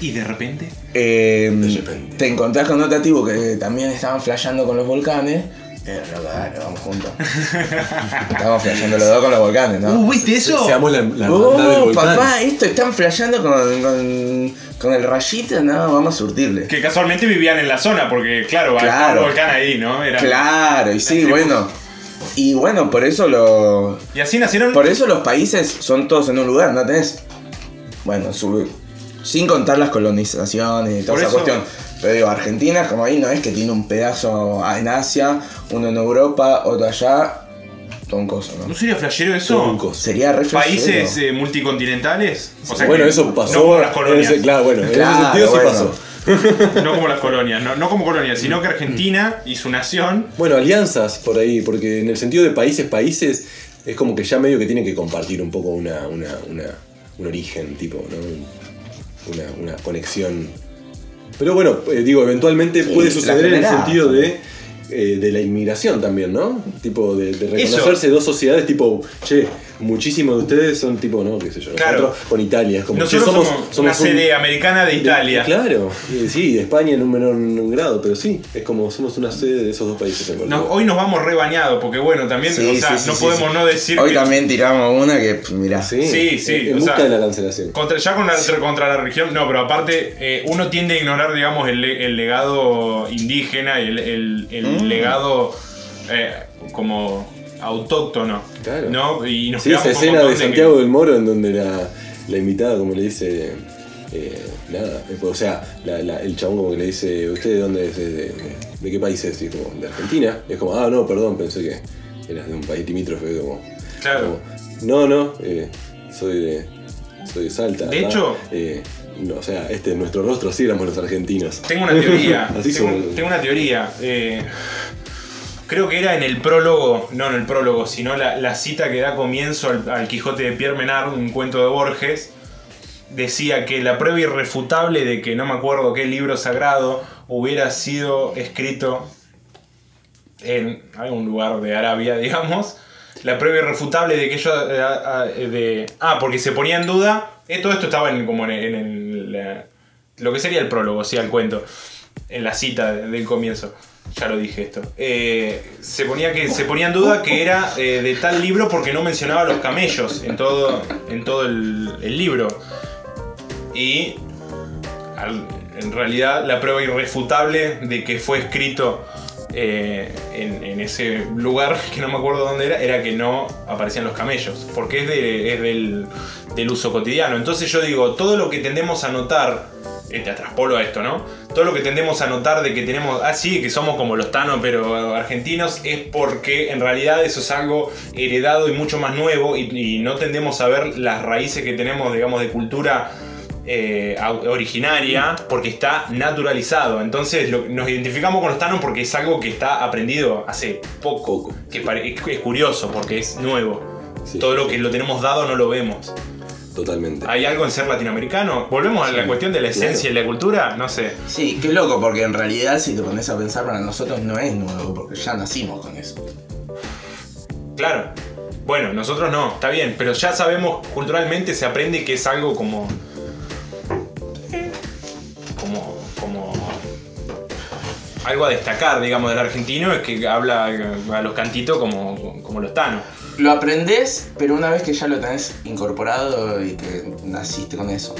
Speaker 3: Y de repente.
Speaker 2: eh,
Speaker 1: De repente.
Speaker 2: Te encontrás con otro tipo que también estaban flasheando con los volcanes. Eh, loco, dale,
Speaker 1: <laughs>
Speaker 2: vamos juntos. Estamos flasheando los dos con los volcanes, ¿no?
Speaker 3: Uh, ¿viste eso?
Speaker 1: Seamos la, la hermandad del
Speaker 2: Oh,
Speaker 1: volcán.
Speaker 2: papá, esto están flasheando con, con, con el rayito, no, vamos a surtirle.
Speaker 3: Que casualmente vivían en la zona, porque claro,
Speaker 2: Claro.
Speaker 3: había un volcán ahí, ¿no? Era-
Speaker 2: Claro, y sí,
Speaker 3: tribus.
Speaker 2: bueno. Y bueno, por eso lo,
Speaker 3: Y así nacieron.
Speaker 2: Por eso los países son todos en un lugar, ¿no tenés? Bueno, su- sin contar las colonizaciones y toda
Speaker 3: Por
Speaker 2: esa
Speaker 3: eso-
Speaker 2: cuestión. Pero digo, Argentina, como ahí no es que tiene un pedazo en Asia, uno en Europa, otro allá, todo un coso,
Speaker 3: ¿No
Speaker 2: ¿no?
Speaker 3: sería flashero eso?
Speaker 1: Troncos.
Speaker 2: Sería re
Speaker 3: Países
Speaker 2: flashero.
Speaker 3: eh, multicontinentales. O sea
Speaker 1: Bueno,
Speaker 3: que
Speaker 1: eso pasó.
Speaker 3: No como las
Speaker 1: en
Speaker 3: colonias.
Speaker 1: ese- claro, bueno, en
Speaker 2: Claro,
Speaker 1: ese sentido
Speaker 2: bueno.
Speaker 1: sí pasó.
Speaker 3: No como las colonias, no, no como colonias, sino que Argentina y su nación.
Speaker 1: Bueno, alianzas por ahí, porque en el sentido de países, países, es como que ya medio que tienen que compartir un poco una, una, una- un origen, tipo, ¿no? Un- Una, una conexión. Pero bueno, eh, digo, eventualmente
Speaker 2: Sí,
Speaker 1: puede
Speaker 2: la
Speaker 1: suceder en el
Speaker 2: generada.
Speaker 1: sentido de, eh, de la inmigración también, ¿no? Tipo, de, de
Speaker 3: Eso.
Speaker 1: reconocerse dos sociedades, tipo, che, muchísimos de ustedes son tipo, no, qué sé yo,
Speaker 3: Claro.
Speaker 1: nosotros con Italia, es como che,
Speaker 3: Nosotros somos, una
Speaker 1: un-
Speaker 3: sede americana de Italia.
Speaker 1: Claro, y sí, de España en un menor en un grado, pero sí, es como somos una sede de esos dos países en
Speaker 3: No,
Speaker 1: realidad.
Speaker 3: hoy nos vamos rebañados, porque bueno, también,
Speaker 2: Sí,
Speaker 3: o sea,
Speaker 2: sí, sí,
Speaker 3: no
Speaker 2: sí,
Speaker 3: podemos
Speaker 2: sí.
Speaker 3: no decir
Speaker 2: Hoy
Speaker 3: que
Speaker 2: también tiramos una que, pff, mirá.
Speaker 3: Sí, sí,
Speaker 1: En, en
Speaker 3: o
Speaker 1: busca
Speaker 3: sea-
Speaker 1: de la cancelación.
Speaker 3: Contra, ya con la, contra la religión, no, pero aparte eh, uno tiende a ignorar, digamos, el, le- el legado indígena y el, el- el
Speaker 2: Mm.
Speaker 3: legado eh, como autóctono.
Speaker 1: Claro.
Speaker 3: ¿no? Y nos
Speaker 1: Sí, esa
Speaker 3: quedamos con
Speaker 1: escena
Speaker 3: un
Speaker 1: de
Speaker 3: montón que-
Speaker 1: Santiago del Moro en donde la, la invitada, como le dice, eh, nada, eh, o sea, la- la- el chabón como que le dice, ¿usted de dónde es? ¿De, de- de qué país es? Y es como, de Argentina. Y es como, ah, no, perdón, pensé que eras de un país limítrofe, como,
Speaker 3: Claro.
Speaker 1: como, no, no, eh, soy de, soy de Salta.
Speaker 3: De
Speaker 1: acá".
Speaker 3: hecho-
Speaker 1: Eh, no, o sea, este es nuestro rostro, así éramos los argentinos.
Speaker 3: Tengo una teoría.
Speaker 1: <laughs> Así
Speaker 3: tengo,
Speaker 1: somos.
Speaker 3: tengo una teoría. eh, creo que era en el prólogo, no en el prólogo, sino la, la cita que da comienzo al, al Quijote de Pierre Menard, un cuento de Borges. Decía que la prueba irrefutable de que no me acuerdo qué libro sagrado hubiera sido escrito en algún lugar de Arabia, digamos. La prueba irrefutable de que yo... eh, ah, eh, de, ah, porque se ponía en duda. eh, todo esto estaba en, como en, en- en la- lo que sería el prólogo, o sea, el cuento. En la cita de- del comienzo. Ya lo dije esto. Eh, se, ponía que, se ponía en duda que era eh, de tal libro porque no mencionaba los camellos en todo, en todo el, el libro. Y al- en realidad la prueba irrefutable de que fue escrito eh, en, en ese lugar <laughs> que no me acuerdo dónde era, era que no aparecían los camellos, porque es, de- es del, del uso cotidiano. Entonces yo digo, todo lo que tendemos a notar, eh, te atraspolo a esto, ¿no? Todo lo que tendemos a notar de que tenemos, ah, sí, que somos como los tanos, pero argentinos, es porque en realidad eso es algo heredado y mucho más nuevo y, y no tendemos a ver las raíces que tenemos, digamos, de cultura eh, au- originaria porque está naturalizado. Entonces lo- nos identificamos con los Thanos porque es algo que está aprendido hace poco.
Speaker 1: Poco.
Speaker 3: Que pare- es, es curioso porque es nuevo.
Speaker 1: Sí.
Speaker 3: Todo lo que lo tenemos dado no lo vemos.
Speaker 1: totalmente.
Speaker 3: ¿Hay algo en ser latinoamericano? Volvemos a la cuestión de la esencia y la cultura, no sé.
Speaker 2: Sí, qué loco, porque en realidad si te pones a pensar para nosotros no es nuevo, porque ya nacimos con eso.
Speaker 3: Claro. Bueno, nosotros no, está bien, pero ya sabemos culturalmente, se aprende que es algo como. eh, como. como. algo a destacar, digamos, del argentino, es que habla a los cantitos como, como los tanos.
Speaker 2: Lo aprendés, pero una vez que ya lo tenés incorporado y que naciste con eso.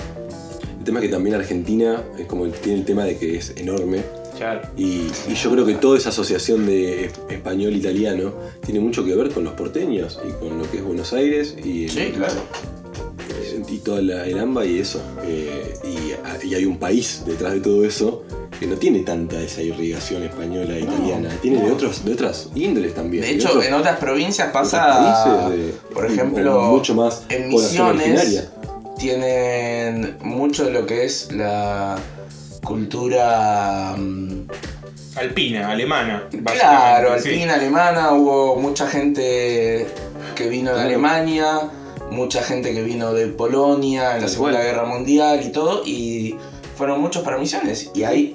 Speaker 1: El tema es que también Argentina es como el- tiene el tema de que es enorme.
Speaker 3: Claro.
Speaker 1: Y, y yo creo que toda esa asociación de es- español-italiano tiene mucho que ver con los porteños y con lo que es Buenos Aires y, y toda la, el AMBA y eso. Eh, y, y hay un país detrás de todo eso que no tiene tanta esa irrigación española-italiana. tiene de,
Speaker 2: no.
Speaker 1: otros, de otras índoles también.
Speaker 2: De hecho,
Speaker 1: otros-
Speaker 2: en otras provincias
Speaker 1: otros
Speaker 2: pasa,
Speaker 1: países de-
Speaker 2: por
Speaker 1: o
Speaker 2: ejemplo,
Speaker 1: mucho más
Speaker 2: en
Speaker 1: población
Speaker 2: Misiones
Speaker 1: originaria.
Speaker 2: tienen mucho de lo que es la cultura mm,
Speaker 3: Alpina, alemana.
Speaker 2: Claro,
Speaker 3: básicamente, sí.
Speaker 2: alpina alemana, hubo mucha gente que vino de
Speaker 1: Claro.
Speaker 2: Alemania, mucha gente que vino de Polonia en la
Speaker 1: Tal
Speaker 2: Segunda
Speaker 1: cual.
Speaker 2: Guerra Mundial y todo, y fueron muchos para misiones. Y ahí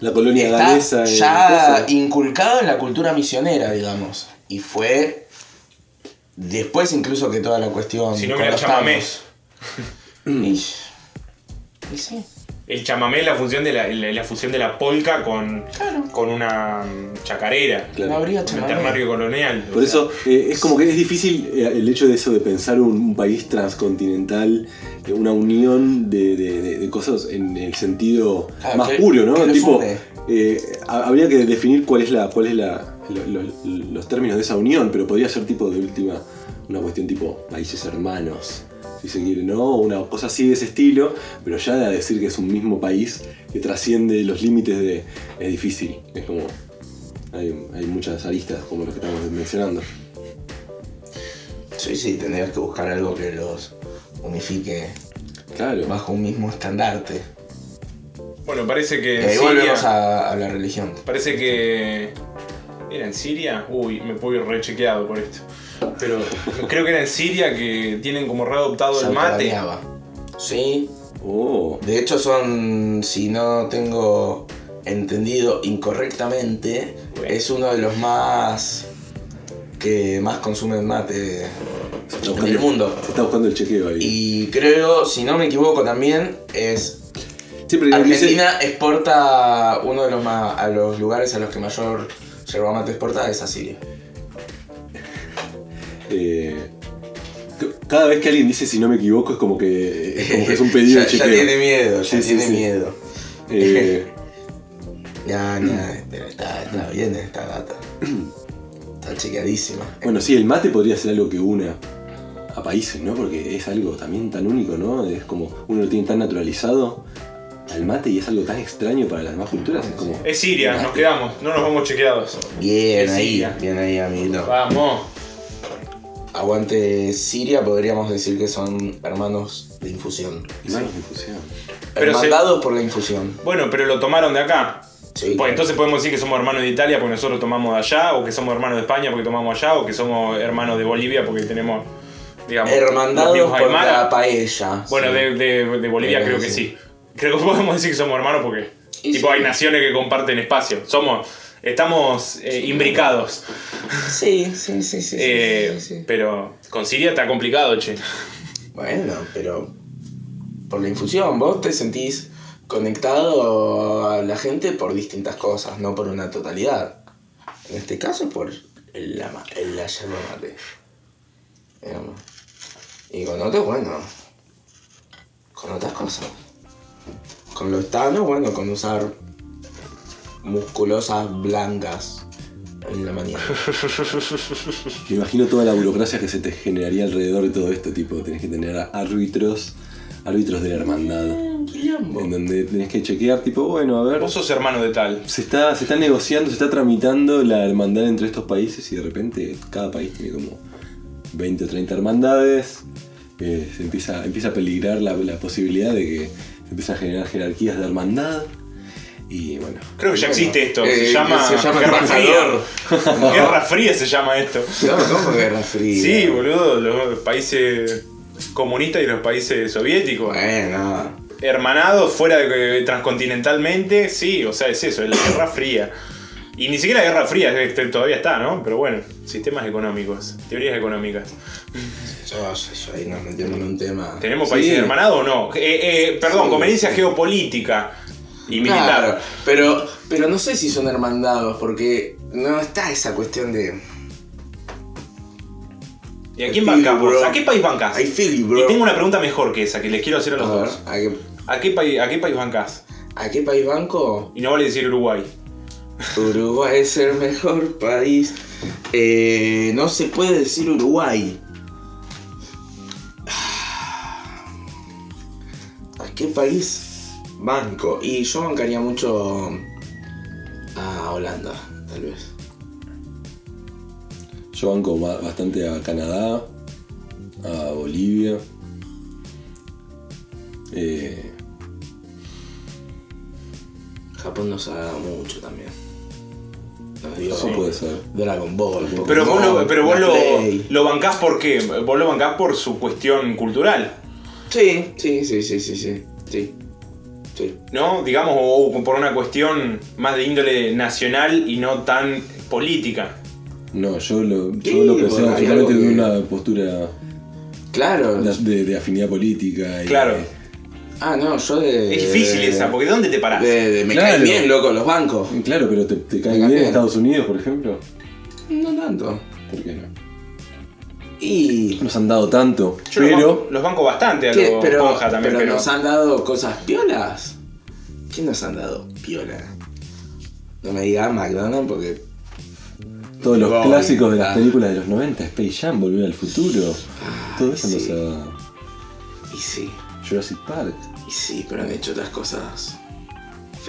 Speaker 1: La colonia
Speaker 2: está
Speaker 1: galesa. y
Speaker 2: ya
Speaker 1: cosas.
Speaker 2: inculcado en la cultura misionera, digamos. Y fue después incluso que toda la cuestión
Speaker 3: Si no
Speaker 2: con
Speaker 3: hubiera
Speaker 2: los
Speaker 3: chamamé.
Speaker 2: tangos.
Speaker 1: Mm.
Speaker 2: Y, y sí,
Speaker 3: El chamamé es la función de la, la- la fusión de la polca con,
Speaker 2: Claro.
Speaker 3: con una mm, chacarera.
Speaker 1: Claro.
Speaker 2: no habría
Speaker 3: Con el
Speaker 2: chamamé.
Speaker 3: ternario colonial. o
Speaker 1: Por
Speaker 3: sea.
Speaker 1: eso eh, es como que es difícil eh, el hecho de eso de pensar un, un país transcontinental, eh, una unión de, de- de- de cosas en el sentido
Speaker 2: Claro,
Speaker 1: más
Speaker 2: que-
Speaker 1: puro, ¿no?
Speaker 2: que los
Speaker 1: tipo,
Speaker 2: une.
Speaker 1: eh, ha- habría que definir cuál es la, cuál es la, lo- lo- los términos de esa unión, pero podría ser tipo de última una cuestión tipo países hermanos, si se quiere, ¿no? Una cosa así de ese estilo, pero ya de a decir que es un mismo país que trasciende los límites de es difícil, es como hay, hay muchas aristas como lo que estamos mencionando.
Speaker 2: Sí, sí, tendrías que buscar algo que los unifique
Speaker 1: Claro.
Speaker 2: bajo un mismo estandarte.
Speaker 3: Bueno, parece que.
Speaker 2: Y
Speaker 3: en
Speaker 2: Eh, ahí
Speaker 3: Siria-
Speaker 2: volvemos a, a la religión.
Speaker 3: Parece que. ¿Era en Siria? Uy, me puedo ir rechequeado por esto. Pero creo que era en Siria que tienen como readoptado el mate.
Speaker 2: Saltabaneaba. Sí.
Speaker 1: Oh,
Speaker 2: De hecho son, si no tengo entendido incorrectamente,
Speaker 3: Bueno.
Speaker 2: es uno de los más que más consumen mate
Speaker 1: se está
Speaker 2: en el mundo.
Speaker 1: Se está buscando el chequeo ahí.
Speaker 2: Y creo, si no me equivoco también, es
Speaker 1: Siempre
Speaker 2: Argentina exporta uno de los más, a los lugares a los que mayor yerba mate exporta es a Siria.
Speaker 1: Eh, c- cada vez que alguien dice si no me equivoco es como que es, como que es
Speaker 2: <laughs>
Speaker 1: un pedido
Speaker 2: ya,
Speaker 1: de chequeo.
Speaker 2: ya tiene miedo, ya
Speaker 1: Sí, sí,
Speaker 2: tiene
Speaker 1: sí.
Speaker 2: miedo.
Speaker 1: Eh,
Speaker 2: Ya, ya, pero está, está bien esta data. <clears throat> Está chequeadísima.
Speaker 1: bueno, sí, el mate podría ser algo que una a países, ¿no? Porque es algo también tan único, ¿no? Es como uno lo tiene tan naturalizado al mate y es algo tan extraño para las demás culturas. Es como.
Speaker 3: Es Siria, nos quedamos, no nos vamos chequeados.
Speaker 2: Bien
Speaker 3: Es
Speaker 2: ahí,
Speaker 3: Siria.
Speaker 2: bien ahí, amiguito.
Speaker 3: Vamos.
Speaker 2: Aguante Siria, podríamos decir que son hermanos de infusión.
Speaker 1: Y manos de fusión.
Speaker 3: Pero se-
Speaker 2: Hermandados por la infusión.
Speaker 3: Bueno, pero lo tomaron de acá.
Speaker 2: Sí.
Speaker 3: Pues entonces podemos decir que somos hermanos de Italia porque nosotros tomamos de allá, o que somos hermanos de España porque tomamos allá, o que somos hermanos de Bolivia porque tenemos, digamos, los
Speaker 2: Hermandados
Speaker 3: mismos
Speaker 2: por
Speaker 3: aymara.
Speaker 2: la paella.
Speaker 3: Bueno,
Speaker 2: sí.
Speaker 3: de, de- de Bolivia
Speaker 2: Eh,
Speaker 3: creo que
Speaker 2: sí.
Speaker 3: sí. Creo que podemos decir que somos hermanos porque
Speaker 2: Y
Speaker 3: tipo,
Speaker 2: sí.
Speaker 3: hay naciones que comparten espacio. Somos, estamos eh, imbricados.
Speaker 2: Sí, sí, sí, sí, sí,
Speaker 3: Eh,
Speaker 2: sí, sí.
Speaker 3: Pero con Siria está complicado, che.
Speaker 2: Bueno, pero por la infusión, vos te sentís conectado a la gente por distintas cosas, no por una totalidad. En este caso, por el- la, ma- el- la yerba mate. Digamos. Y con otros, bueno, con otras cosas. Con los tanos, bueno, con usar musculosas blancas en la mañana.
Speaker 1: Me imagino toda la burocracia que se te generaría alrededor de todo esto, tipo, tenés que tener árbitros, árbitros de la hermandad.
Speaker 2: <laughs> Un quilombo.
Speaker 1: En donde tenés que chequear, tipo, bueno, a ver.
Speaker 3: Vos sos hermano de tal.
Speaker 1: Se está, se está negociando, se está tramitando la hermandad entre estos países y de repente cada país tiene como 20 o 30 hermandades. eh, se empieza, empieza a peligrar la, la posibilidad de que se empiezan a generar jerarquías de hermandad. Y bueno,
Speaker 3: Creo que ya
Speaker 2: Bueno,
Speaker 3: existe esto.
Speaker 2: eh,
Speaker 3: se, llama
Speaker 2: se llama
Speaker 3: Guerra
Speaker 2: embajador. <laughs>
Speaker 3: Fría. Guerra Fría se llama esto.
Speaker 2: No, ¿cómo guerra fría?
Speaker 3: Sí, boludo, los países comunistas y los países soviéticos.
Speaker 2: Bueno,
Speaker 3: Hermanados fuera de, transcontinentalmente, sí, o sea, es eso, es la Guerra Fría. Y ni siquiera la Guerra Fría este, todavía está, ¿no? Pero bueno, sistemas económicos, teorías económicas.
Speaker 2: yo, yo- yo ahí nos metiendo en un tema.
Speaker 3: ¿Tenemos países
Speaker 2: Sí,
Speaker 3: hermanados o no? Eh, eh, perdón,
Speaker 2: Sí.
Speaker 3: conveniencia geopolítica y militar.
Speaker 2: Claro, pero, pero no sé si son hermandados, porque no está esa cuestión de.
Speaker 3: ¿Y a quién
Speaker 2: Sí,
Speaker 3: bancás vos?
Speaker 2: bro.
Speaker 3: ¿A qué país bancás?
Speaker 2: I feel you, bro.
Speaker 3: Ah, Y tengo una pregunta mejor que esa, que les quiero hacer a los
Speaker 2: A ver,
Speaker 3: dos.
Speaker 2: ¿a qué,
Speaker 3: ¿A qué, país, ¿A qué país bancás?
Speaker 2: ¿a qué país banco?
Speaker 3: Y no vale decir Uruguay.
Speaker 2: Uruguay es el mejor país. Eh, no se puede decir Uruguay. Ah, ¿A qué país banco? Y yo bancaría mucho a Holanda, tal vez.
Speaker 1: Yo banco ba- bastante a Canadá, a Bolivia. Eh,
Speaker 2: Japón nos ha dado mucho también. Nos dio
Speaker 1: ¿Cómo puede ser?
Speaker 2: Dragon Ball. Pokémon,
Speaker 3: Pero vos, lo, pero vos
Speaker 2: la
Speaker 3: lo,
Speaker 2: Play.
Speaker 3: lo bancás por qué? Vos lo bancás por su cuestión cultural,
Speaker 2: Sí, sí, sí, sí, sí, sí. Sí. sí.
Speaker 3: ¿no? Digamos, o, o por una cuestión más de índole nacional y no tan política.
Speaker 1: No, yo lo, yo
Speaker 2: Sí,
Speaker 1: lo pensé
Speaker 2: bueno, hay algo
Speaker 1: absolutamente de
Speaker 2: que-
Speaker 1: una postura
Speaker 2: Claro.
Speaker 1: de, de- de afinidad política. y-
Speaker 3: Claro.
Speaker 2: Ah, no, yo de.
Speaker 3: es difícil
Speaker 2: Eh,
Speaker 3: esa, porque ¿dónde te parás?
Speaker 2: De, de- me
Speaker 1: Claro.
Speaker 2: caen bien, loco, los bancos.
Speaker 1: Claro, pero te, te cae
Speaker 2: Me
Speaker 1: bien
Speaker 2: cambié.
Speaker 1: Estados Unidos, por ejemplo.
Speaker 2: No tanto.
Speaker 1: ¿Por qué no?
Speaker 2: Y.
Speaker 1: Nos han dado tanto,
Speaker 3: Yo los,
Speaker 1: pero
Speaker 3: banco, los banco bastante a
Speaker 2: ¿qué?
Speaker 3: los
Speaker 2: pero,
Speaker 3: Ponja también,
Speaker 2: pero
Speaker 3: pero,
Speaker 2: nos han dado cosas piolas. ¿Qué nos han dado piola? No me digas McDonald's porque.
Speaker 1: todos los
Speaker 2: Voy,
Speaker 1: clásicos de las
Speaker 2: ah.
Speaker 1: películas de los 90, Space Jam, Volver al Futuro, todo eso
Speaker 2: sí.
Speaker 1: nos ha dado.
Speaker 2: Y sí,
Speaker 1: Jurassic Park.
Speaker 2: y sí, pero han hecho otras cosas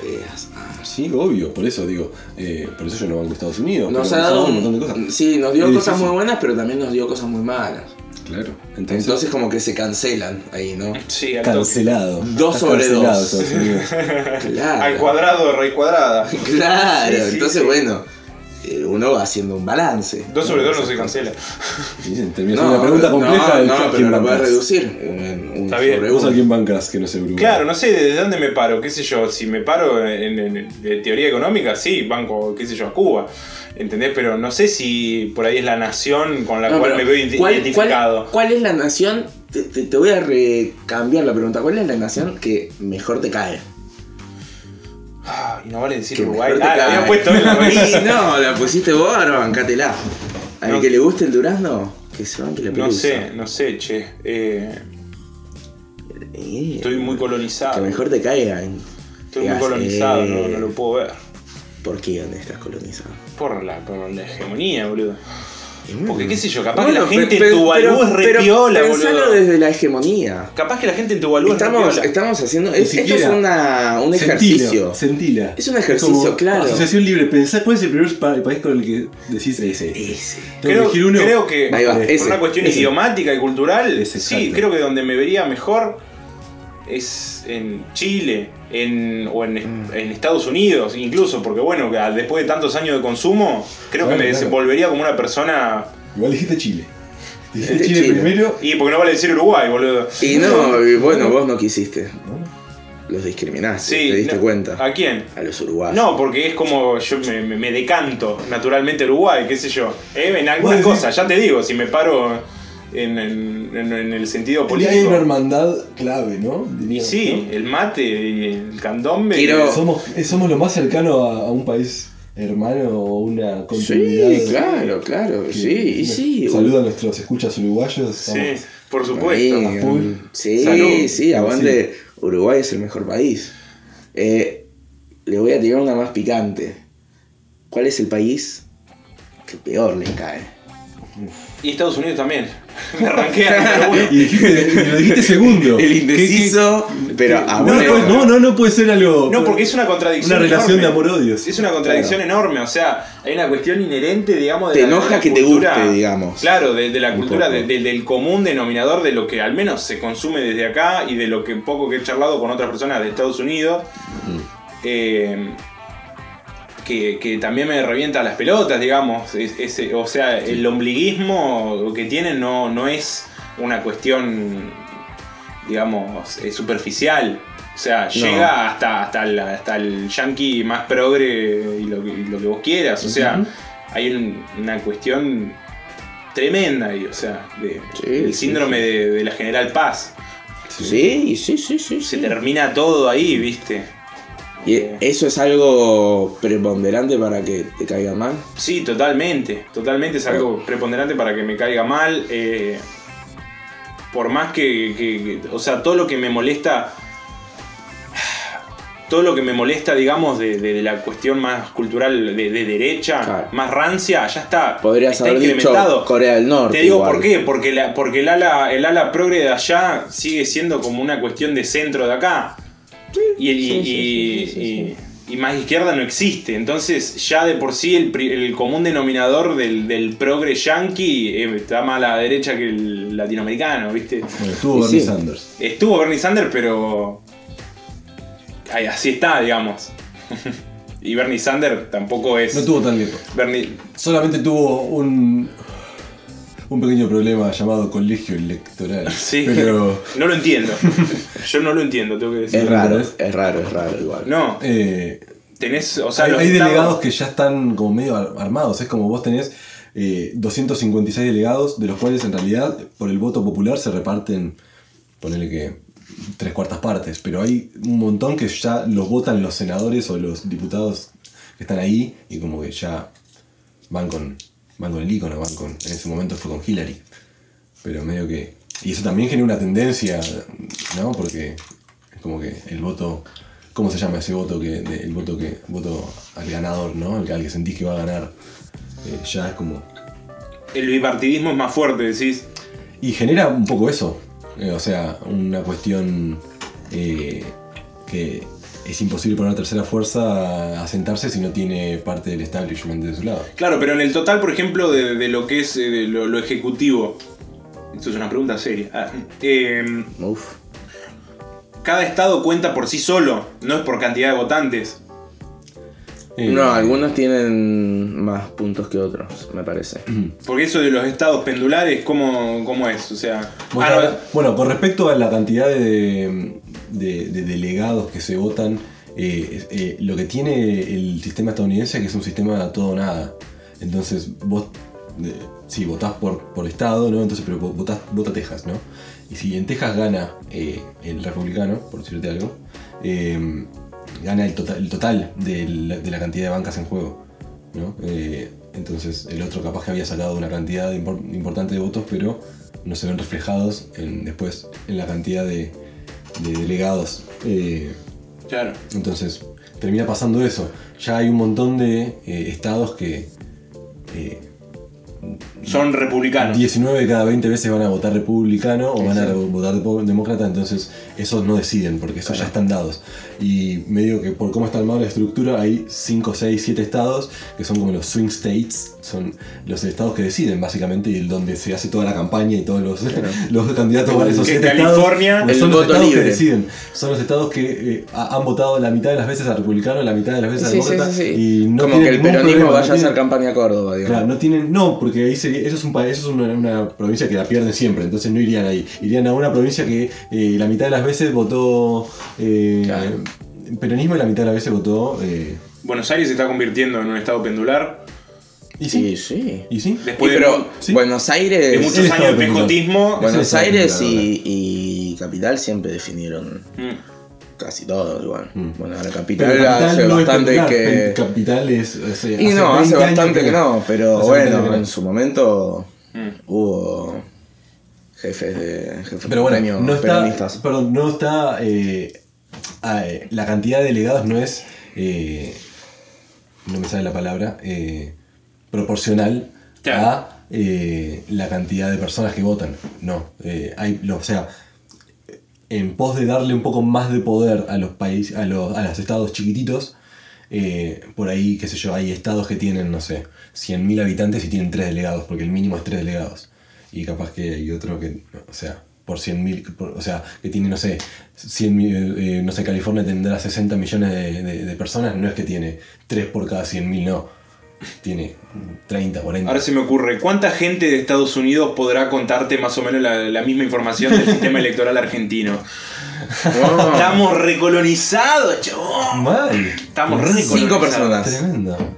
Speaker 2: feas. Ah.
Speaker 1: Sí, obvio, por eso digo, eh, por eso yo no banco Estados Unidos.
Speaker 2: Nos
Speaker 1: pero
Speaker 2: ha dado.
Speaker 1: un montón de
Speaker 2: un-
Speaker 1: cosas.
Speaker 2: Sí, nos dio
Speaker 1: Es
Speaker 2: cosas
Speaker 1: difícil.
Speaker 2: muy buenas, pero también nos dio cosas muy malas.
Speaker 1: Claro, entonces,
Speaker 2: Entonces, como que se cancelan ahí, ¿no?
Speaker 3: Sí, al, toque.
Speaker 1: cancelado.
Speaker 2: Dos
Speaker 1: Estás
Speaker 2: sobre
Speaker 1: cancelado,
Speaker 2: dos.
Speaker 1: Estados Unidos.
Speaker 2: Claro.
Speaker 3: al cuadrado, rey cuadrada.
Speaker 2: <laughs> Claro,
Speaker 3: Sí, sí,
Speaker 2: entonces
Speaker 3: sí.
Speaker 2: bueno, eh, uno va haciendo un balance.
Speaker 3: Dos sobre dos no se cancela.
Speaker 1: Dicen, termina siendo una pregunta compleja
Speaker 2: no,
Speaker 1: de
Speaker 2: no,
Speaker 1: quién
Speaker 2: pero lo
Speaker 1: bancas.
Speaker 2: puedes reducir. Un, un
Speaker 3: Está bien.
Speaker 2: sobre
Speaker 1: ¿Vos a
Speaker 2: uno.
Speaker 1: quién bancas que no se Uruguay?
Speaker 3: Claro, no sé desde dónde me paro, qué sé yo, si me paro en, en- en- de teoría económica, sí, banco, qué sé yo, a Cuba, ¿entendés? Pero no sé si por ahí es la nación con la
Speaker 2: No,
Speaker 3: cual
Speaker 2: pero
Speaker 3: me veo ident-
Speaker 2: ¿cuál-
Speaker 3: identificado.
Speaker 2: Cuál, cuál es la nación? Te, te- te voy a recambiar la pregunta. ¿Cuál es la nación que mejor te cae?
Speaker 3: Ah, y no vale decir
Speaker 2: Que
Speaker 3: Uruguay.
Speaker 2: mejor te
Speaker 3: Ah, la
Speaker 2: cae.
Speaker 3: había
Speaker 2: <laughs>
Speaker 3: puesto en la
Speaker 2: Y no, la pusiste vos, ahora bancátela. Al
Speaker 3: No.
Speaker 2: que le guste el durazno, que se banque la
Speaker 3: No
Speaker 2: pelusa.
Speaker 3: sé, no sé, che. eh,
Speaker 2: Eh,
Speaker 3: estoy muy
Speaker 2: Que
Speaker 3: colonizado.
Speaker 2: mejor te caiga. en-
Speaker 3: Estoy muy
Speaker 2: digas,
Speaker 3: colonizado, no,
Speaker 2: eh,
Speaker 3: no lo puedo ver.
Speaker 2: ¿Por qué dónde estás colonizado?
Speaker 3: Por la, por la hegemonía, boludo.
Speaker 2: Y bueno.
Speaker 3: Porque qué sé yo, capaz que la
Speaker 2: Bueno,
Speaker 3: gente
Speaker 2: pe-
Speaker 3: en
Speaker 2: pe-
Speaker 3: Tuvalu
Speaker 2: pero-
Speaker 3: es
Speaker 2: pero
Speaker 3: repiola,
Speaker 2: Pensalo
Speaker 3: boludo.
Speaker 2: desde la hegemonía.
Speaker 3: Capaz que la gente en Tuvalu es
Speaker 2: Estamos,
Speaker 3: repiola.
Speaker 2: estamos haciendo.
Speaker 1: Ni
Speaker 2: es- esto es
Speaker 1: siquiera.
Speaker 2: una- un ejercicio.
Speaker 1: Sentila, sentila.
Speaker 2: Es un ejercicio, claro.
Speaker 1: Asociación libre, pensá cuál es el primer pa- país con el que decís ese.
Speaker 2: Ese.
Speaker 1: Tengo que
Speaker 3: Creo,
Speaker 1: elegir uno.
Speaker 3: creo que
Speaker 2: Ahí va,
Speaker 3: por
Speaker 2: ese,
Speaker 3: una cuestión
Speaker 2: ese.
Speaker 3: idiomática y cultural,
Speaker 1: Ese,
Speaker 3: sí,
Speaker 1: exacto.
Speaker 3: creo que donde me vería mejor es en Chile en, o en,
Speaker 1: Mm.
Speaker 3: en Estados Unidos, incluso, porque bueno, que después de tantos años de consumo, creo
Speaker 1: Claro,
Speaker 3: que me
Speaker 1: claro.
Speaker 3: desenvolvería como una persona...
Speaker 1: Igual dijiste Chile. Dijiste
Speaker 2: Este
Speaker 1: Chile,
Speaker 2: Chile.
Speaker 1: primero.
Speaker 3: Y porque no vale decir Uruguay, boludo.
Speaker 2: Y no, y bueno, vos no quisiste. Los discriminaste,
Speaker 3: Sí,
Speaker 2: te diste
Speaker 3: no-
Speaker 2: cuenta.
Speaker 3: ¿A quién?
Speaker 2: A los uruguayos.
Speaker 3: No, porque es como yo me, me- me decanto naturalmente a Uruguay, qué sé yo. Eh, En alguna
Speaker 1: Bueno, sí.
Speaker 3: cosa, ya te digo, si me paro en, en- en- en el sentido
Speaker 1: Porque hay una
Speaker 3: político.
Speaker 1: hermandad clave, ¿no?
Speaker 3: Y
Speaker 1: Diríamos,
Speaker 3: sí, el mate y el candombe.
Speaker 1: ¿no?
Speaker 2: Quiero-
Speaker 1: Somos, eh, somos lo más cercano a, a un país hermano o una continuidad.
Speaker 2: Sí, claro, claro.
Speaker 1: que-
Speaker 2: sí, y
Speaker 1: nos-
Speaker 2: sí.
Speaker 1: Saluda a nuestros escuchas uruguayos.
Speaker 3: Sí,
Speaker 1: estamos-
Speaker 3: por
Speaker 2: Ahí,
Speaker 3: supuesto.
Speaker 1: a full.
Speaker 2: Sí,
Speaker 3: Salud.
Speaker 2: sí, aguante. Uruguay es el mejor país. Eh, le voy a tirar una más picante. ¿Cuál es el país que peor les cae?
Speaker 3: Y Estados Unidos también. <laughs> Me arranqué a pero bueno.
Speaker 1: Y, dijiste- y lo dijiste segundo.
Speaker 2: El
Speaker 1: ¿Qué- qué-
Speaker 2: indeciso, ah, pero a
Speaker 1: No,
Speaker 2: una-
Speaker 1: no, no, no, no puede ser algo.
Speaker 3: No, porque es una contradicción.
Speaker 1: Una relación
Speaker 3: enorme.
Speaker 1: de amor-odio.
Speaker 3: Es una contradicción enorme, o sea, hay una cuestión inherente, digamos, de
Speaker 2: Te
Speaker 3: la- de
Speaker 2: enoja
Speaker 3: la
Speaker 2: que te
Speaker 3: cultura-
Speaker 2: guste, digamos.
Speaker 3: Claro, de, de la
Speaker 1: Un
Speaker 3: cultura,
Speaker 1: poco.
Speaker 3: de- de- del común denominador de lo que al menos se consume desde acá y de lo que poco que he charlado con otras personas de Estados Unidos. eh, que, que también me revienta las pelotas, digamos. Es- ese- o sea, el ombliguismo que tienen no, no es una cuestión, digamos, eh, superficial. O sea, llega hasta, hasta, la- hasta el yankee más progre y lo que, y lo que vos quieras. O sea,
Speaker 2: Ujú.
Speaker 3: hay un- una cuestión tremenda ahí, o sea, de-
Speaker 2: Sí,
Speaker 3: el
Speaker 2: sí,
Speaker 3: síndrome De, de la General Paz.
Speaker 2: Sí, sí, sí, sí.
Speaker 3: Se
Speaker 2: sí.
Speaker 3: termina todo ahí, viste. Eh,
Speaker 2: Y eso es algo preponderante para que te caiga mal.
Speaker 3: Sí, totalmente. Totalmente es algo preponderante para que me caiga mal. eh, por más que, que- que- O sea, todo lo que me molesta. Todo lo que me molesta, digamos, de, de- de la cuestión más cultural de, de derecha,
Speaker 2: Claro.
Speaker 3: más rancia, ya está.
Speaker 2: Podrías
Speaker 3: está
Speaker 2: haber dicho
Speaker 3: incrementado.
Speaker 2: Corea del Norte.
Speaker 3: Te digo
Speaker 2: igual.
Speaker 3: por qué, porque, la- porque el, ala, el ala progre de allá sigue siendo como una cuestión de centro de acá. Y, el- y-
Speaker 2: sí, sí,
Speaker 3: y-
Speaker 2: sí, sí, sí,
Speaker 3: y- y más izquierda no existe. Entonces, ya de por sí, el, pri- el común denominador del, del progre yankee eh, está más a la derecha que el latinoamericano, ¿viste?
Speaker 1: Bueno, estuvo
Speaker 2: Y
Speaker 1: Bernie
Speaker 2: sí.
Speaker 1: Sanders.
Speaker 3: Estuvo Bernie Sanders, pero. ay, así está, digamos. <laughs> y Bernie Sanders tampoco es.
Speaker 1: No tuvo tan tiempo.
Speaker 3: Bernie-
Speaker 1: Solamente tuvo un. un pequeño problema llamado colegio electoral.
Speaker 3: <laughs> Sí,
Speaker 1: Pero.
Speaker 3: no
Speaker 1: <laughs>
Speaker 3: lo entiendo. Yo no lo entiendo, tengo que decir.
Speaker 2: Es raro,
Speaker 1: ¿Entendés?
Speaker 2: es raro, es raro igual.
Speaker 3: No,
Speaker 1: eh,
Speaker 3: tenés, o sea,
Speaker 1: hay,
Speaker 3: los
Speaker 1: hay
Speaker 3: estados-
Speaker 1: delegados que ya están como medio ar- armados. Es como vos tenés eh, 256 delegados, de los cuales en realidad por el voto popular se reparten, ponele que tres cuartas partes, pero hay un montón que ya los votan los senadores o los diputados que están ahí y como que ya van con, van con el ícono, van con, en ese momento fue con Hillary. Pero medio que... Y eso también genera una tendencia, ¿no? Porque es como que el voto... ¿Cómo se llama ese voto que de- el voto que voto al ganador, ¿no? El, al que sentís que va a ganar. eh, ya es como...
Speaker 3: El bipartidismo es más fuerte, decís.
Speaker 1: Y genera un poco eso. eh, o sea, una cuestión eh, que es imposible para una tercera fuerza asentarse si no tiene parte del establishment de su lado.
Speaker 3: Claro, pero en el total, por ejemplo, de, de lo que es eh, de lo, lo ejecutivo. Esto es una pregunta seria. Ah, eh,
Speaker 2: Uf.
Speaker 3: cada estado cuenta por sí solo, no es por cantidad de votantes.
Speaker 1: Eh,
Speaker 2: No, algunos tienen más puntos que otros, me parece.
Speaker 3: Porque eso de los estados pendulares, ¿cómo, cómo es? O sea.
Speaker 1: Bueno,
Speaker 3: ah, no,
Speaker 1: ahora- bueno, con respecto a la cantidad de, de- de delegados que se votan, eh, eh, lo que tiene el sistema estadounidense es que es un sistema todo o nada. Entonces, vos, eh, si votás por, por estado, ¿no? Entonces, pero vo- votás, vota Texas, ¿no? Y si en Texas gana eh, el republicano, por decirte algo, eh, gana el, total- el total del- de la cantidad de bancas en juego, ¿no? Eh, entonces, el otro capaz que había sacado una cantidad de impor- importante de votos, pero no se ven reflejados en- después en la cantidad de, de delegados. Eh,
Speaker 3: claro.
Speaker 1: entonces, termina pasando eso. Ya hay un montón de eh, estados que eh,
Speaker 3: Son republicanos.
Speaker 1: 19 de cada 20 veces van a votar republicano o van a votar depo- demócrata, entonces esos no deciden porque esos ya están dados. Y medio que por cómo está armada la estructura hay 5, 6, 7 estados que son como los swing states, son los estados que deciden básicamente y donde se hace toda la campaña y todos los, <laughs> los candidatos van a esos
Speaker 3: Que
Speaker 1: 7
Speaker 3: California,
Speaker 1: estados.
Speaker 2: el
Speaker 1: son los
Speaker 2: voto
Speaker 1: estados que
Speaker 2: libre.
Speaker 1: deciden, son los estados que eh, ha- han votado la mitad de las veces a republicano, la mitad de las veces a
Speaker 2: Sí, sí,
Speaker 1: demócrata
Speaker 2: sí, sí.
Speaker 1: y no
Speaker 2: Como
Speaker 1: tienen
Speaker 2: que el
Speaker 1: ningún problema,
Speaker 2: peronismo
Speaker 1: no
Speaker 2: vaya a hacer
Speaker 1: tienen-
Speaker 2: campaña a Córdoba, digamos.
Speaker 1: Claro, no tienen. No, porque ahí sería, eso es un país, eso es una, una provincia que la pierden siempre, entonces no irían ahí. Irían a una provincia que eh, la mitad de las veces votó eh,
Speaker 2: Claro.
Speaker 1: peronismo y la mitad de las veces votó. eh,
Speaker 3: Buenos Aires se está convirtiendo en un estado pendular.
Speaker 1: ¿Y sí?
Speaker 2: Sí, sí.
Speaker 1: ¿Y sí?
Speaker 2: Y
Speaker 3: Después de-
Speaker 2: pero
Speaker 1: sí.
Speaker 2: Buenos
Speaker 3: de,
Speaker 2: Aires,
Speaker 1: el
Speaker 3: muchos
Speaker 1: estado
Speaker 3: años de
Speaker 1: pendular.
Speaker 3: escotismo.
Speaker 1: Ese
Speaker 2: Buenos
Speaker 1: es el
Speaker 2: Aires
Speaker 1: problema.
Speaker 2: y, y Capital siempre definieron
Speaker 3: Mm.
Speaker 2: casi todo igual. Bueno, la Capital,
Speaker 1: Mm. Pero
Speaker 2: hace
Speaker 1: no es
Speaker 2: bastante
Speaker 1: pendular,
Speaker 2: que...
Speaker 1: pen- Capital es. hace-
Speaker 2: Y no,
Speaker 1: 20
Speaker 2: hace
Speaker 1: años
Speaker 2: bastante que no, pero
Speaker 1: hace 20 años
Speaker 2: bueno,
Speaker 1: que no.
Speaker 2: en su momento
Speaker 3: Mm.
Speaker 2: hubo jefes de jefes
Speaker 1: Pero bueno,
Speaker 2: pequeños
Speaker 1: no está, <laughs>
Speaker 2: peronistas.
Speaker 1: perdón, no está. eh, ah, eh, la cantidad de delegados no es. eh, no me sale la palabra. eh, proporcional
Speaker 3: Claro.
Speaker 1: a eh, la cantidad de personas que votan. No. eh, hay, no, O sea, en pos de darle un poco más de poder a los países, a los, a los estados chiquititos. eh, por ahí, qué sé yo, hay estados que tienen, no sé, 100.000 habitantes y tienen 3 delegados, porque el mínimo es 3 delegados. Y capaz que hay otro que, o sea, por 100.000, por- o sea, que tiene, no sé, 100.000, eh, eh, no sé, California tendrá 60 millones de, de- de personas, no es que tiene 3 por cada 100.000, no. tiene 30, 40.
Speaker 3: Ahora se me ocurre, ¿cuánta gente de Estados Unidos podrá contarte más o menos la, la misma información del <laughs> sistema electoral argentino? Estamos recolonizados, chabón.
Speaker 1: Mal.
Speaker 3: Estamos
Speaker 1: Tremendo.
Speaker 2: Cinco
Speaker 3: recolonizados.
Speaker 2: personas.
Speaker 1: Tremendo.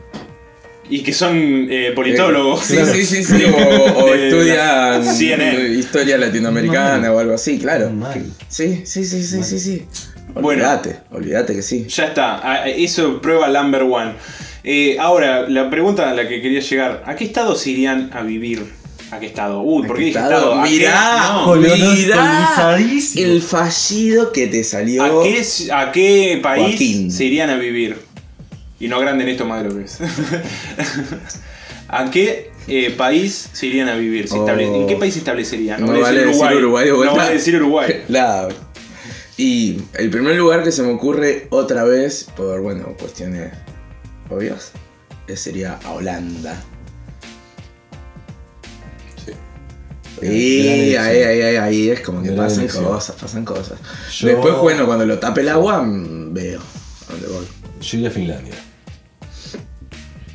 Speaker 3: Y que son eh, politólogos.
Speaker 2: Sí, sí, sí, sí, O, o
Speaker 3: <laughs> Eh,
Speaker 2: estudian
Speaker 3: CNN.
Speaker 2: historia latinoamericana o algo así, claro.
Speaker 1: Mal.
Speaker 2: Sí, sí, sí, sí, sí, sí.
Speaker 3: Bueno.
Speaker 2: Olvídate, olvídate que sí.
Speaker 3: Ya está, a- a- eso prueba number one. Eh, ahora, la pregunta a la que quería llegar, ¿a qué estado se irían a vivir? ¿A qué estado? Uy, ¿por qué dije estado? ¿A qué-
Speaker 2: Mirá,
Speaker 3: no.
Speaker 2: mirá
Speaker 1: colonizadísimo.
Speaker 2: el fallido que te salió.
Speaker 3: ¿A qué, s- a qué país
Speaker 2: Joaquín.
Speaker 3: se irían a vivir? Y no granden esto más de lo que es. <laughs> ¿A qué eh, país se irían a vivir? Se
Speaker 2: Oh.
Speaker 3: estable- ¿En qué país se establecerían?
Speaker 2: No vale decir Uruguay de
Speaker 3: no
Speaker 2: vuelta.
Speaker 3: vale decir
Speaker 2: <laughs>
Speaker 3: Uruguay.
Speaker 2: La- Y el primer lugar que se me ocurre otra vez, por bueno, cuestiones obvias, eh, sería a Holanda.
Speaker 3: Sí.
Speaker 2: Y
Speaker 1: Gran
Speaker 2: ahí,
Speaker 1: elección.
Speaker 2: ahí, ahí, ahí es como que
Speaker 1: Gran
Speaker 2: pasan
Speaker 1: elección.
Speaker 2: cosas, pasan cosas.
Speaker 1: Yo-
Speaker 2: Después, bueno, cuando lo tape el agua, mm, veo a dónde voy.
Speaker 1: Yo iría a Finlandia.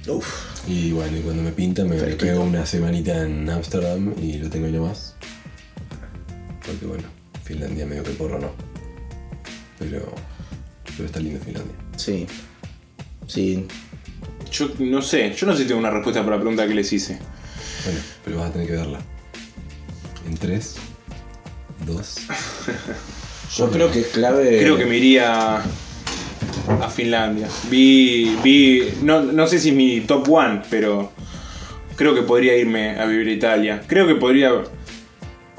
Speaker 2: Uf,
Speaker 1: Y bueno, y cuando me pinta me
Speaker 2: Fresquito.
Speaker 1: pego una semanita en Ámsterdam y lo tengo yo más. Porque bueno, Finlandia medio que porro no. Pero, pero está lindo Finlandia.
Speaker 2: sí. Sí.
Speaker 3: Yo no sé, yo no sé si tengo una respuesta para la pregunta que les hice.
Speaker 2: Eh.
Speaker 1: Bueno, pero vas a tener que verla. En 3, 2.
Speaker 2: Yo creo que es clave.
Speaker 3: Creo que me iría a Finlandia. Vi. vi no, no sé si es mi top one, pero creo que podría irme a vivir a Italia. Creo que podría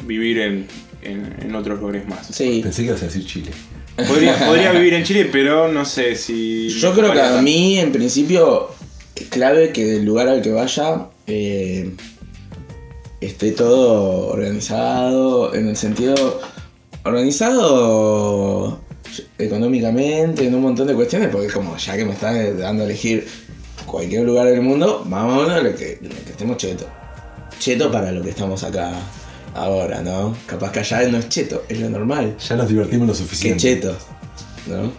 Speaker 3: vivir en, en- en otros lugares más.
Speaker 2: Sí.
Speaker 1: Pensé que ibas a decir Chile.
Speaker 3: <laughs> Podría, podría vivir en Chile, pero no sé si.
Speaker 2: Yo creo que a
Speaker 3: Vale,
Speaker 2: mí, en principio, es clave que el lugar al que vaya eh, esté todo organizado, en el sentido organizado económicamente, en un montón de cuestiones, porque como ya que me están dando a elegir cualquier lugar del mundo, vamos a lo que, lo que estemos cheto. Cheto para lo que estamos acá ahora, ¿no? Capaz que allá no es cheto, es lo normal.
Speaker 1: Ya nos divertimos lo
Speaker 2: Qué
Speaker 1: suficiente.
Speaker 2: cheto, ¿no?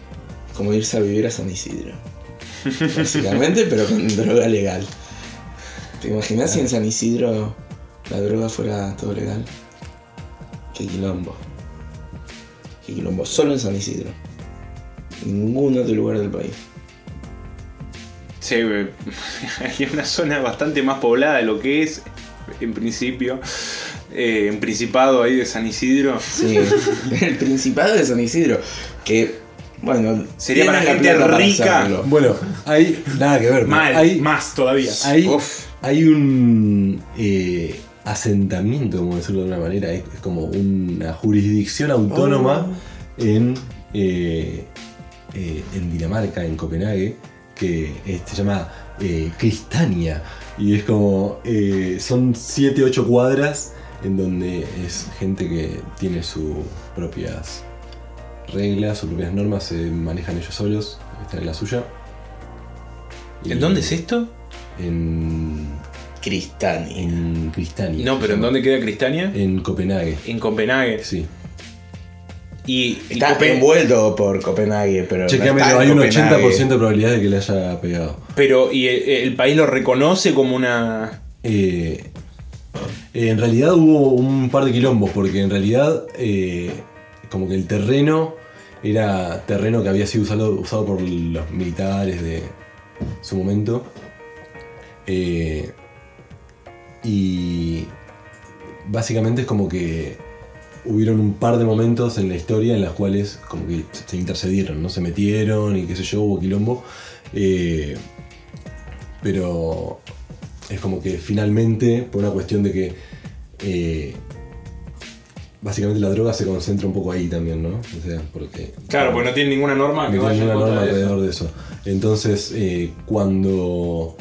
Speaker 2: Como irse a vivir a San Isidro. Básicamente, <laughs> pero con droga legal. ¿Te imaginas si en San Isidro la droga fuera todo legal? Qué quilombo. Qué quilombo. Solo en San Isidro. Ningún otro lugar del país.
Speaker 3: Sí, <laughs> eh, hay una zona bastante más poblada de lo que es, en principio. eh, en Principado ahí de San Isidro. <laughs>
Speaker 2: Sí. El Principado de San Isidro. Que, bueno.
Speaker 3: Sería
Speaker 2: tiene
Speaker 3: para
Speaker 2: la
Speaker 3: gente
Speaker 2: plata
Speaker 3: rica.
Speaker 2: hacerlo.
Speaker 1: Bueno, hay. Nada que ver. pero
Speaker 3: Mal,
Speaker 1: hay,
Speaker 3: más todavía.
Speaker 1: Hay,
Speaker 2: Uf.
Speaker 1: hay un eh, asentamiento, como decirlo de una manera, es, es como una jurisdicción autónoma
Speaker 3: Oh.
Speaker 1: en, eh, eh, en Dinamarca, en Copenhague, que eh, se llama eh, Cristania. Y es como, eh, son 7, 8 cuadras en donde es gente que tiene sus propias reglas, sus propias normas, se manejan ellos solos, están en la suya. Y-
Speaker 3: ¿En dónde es esto?
Speaker 1: en,
Speaker 2: Cristani.
Speaker 1: en Cristania.
Speaker 3: No,
Speaker 1: se
Speaker 3: pero ¿en
Speaker 1: llama.
Speaker 3: dónde queda Cristania?
Speaker 1: En Copenhague,
Speaker 3: En Copenhague.
Speaker 1: sí.
Speaker 3: Y, y
Speaker 2: Está
Speaker 3: Copen-
Speaker 2: envuelto por Copenhague, pero. no está
Speaker 1: Chequeamelo,
Speaker 2: en
Speaker 1: hay un
Speaker 2: Copenhague.
Speaker 1: 80% de probabilidad de que le haya pegado.
Speaker 3: Pero y el, el país lo reconoce como una.
Speaker 1: Eh, eh, en realidad hubo un par de quilombos, porque en realidad eh, como que el terreno era terreno que había sido usado, usado por los militares de su momento. Eh, y básicamente es como que hubieron un par de momentos en la historia en las cuales como que se intercedieron, ¿no? Se metieron y qué sé yo, hubo quilombo. Eh, pero es como que finalmente, por una cuestión de que eh, básicamente la droga se concentra un poco ahí también, ¿no? O sea, porque...
Speaker 3: Claro, porque no tiene ninguna norma que
Speaker 1: No
Speaker 3: vaya
Speaker 1: tiene
Speaker 3: en
Speaker 1: una
Speaker 3: contra
Speaker 1: norma
Speaker 3: de eso.
Speaker 1: alrededor de eso. Entonces, eh, cuando,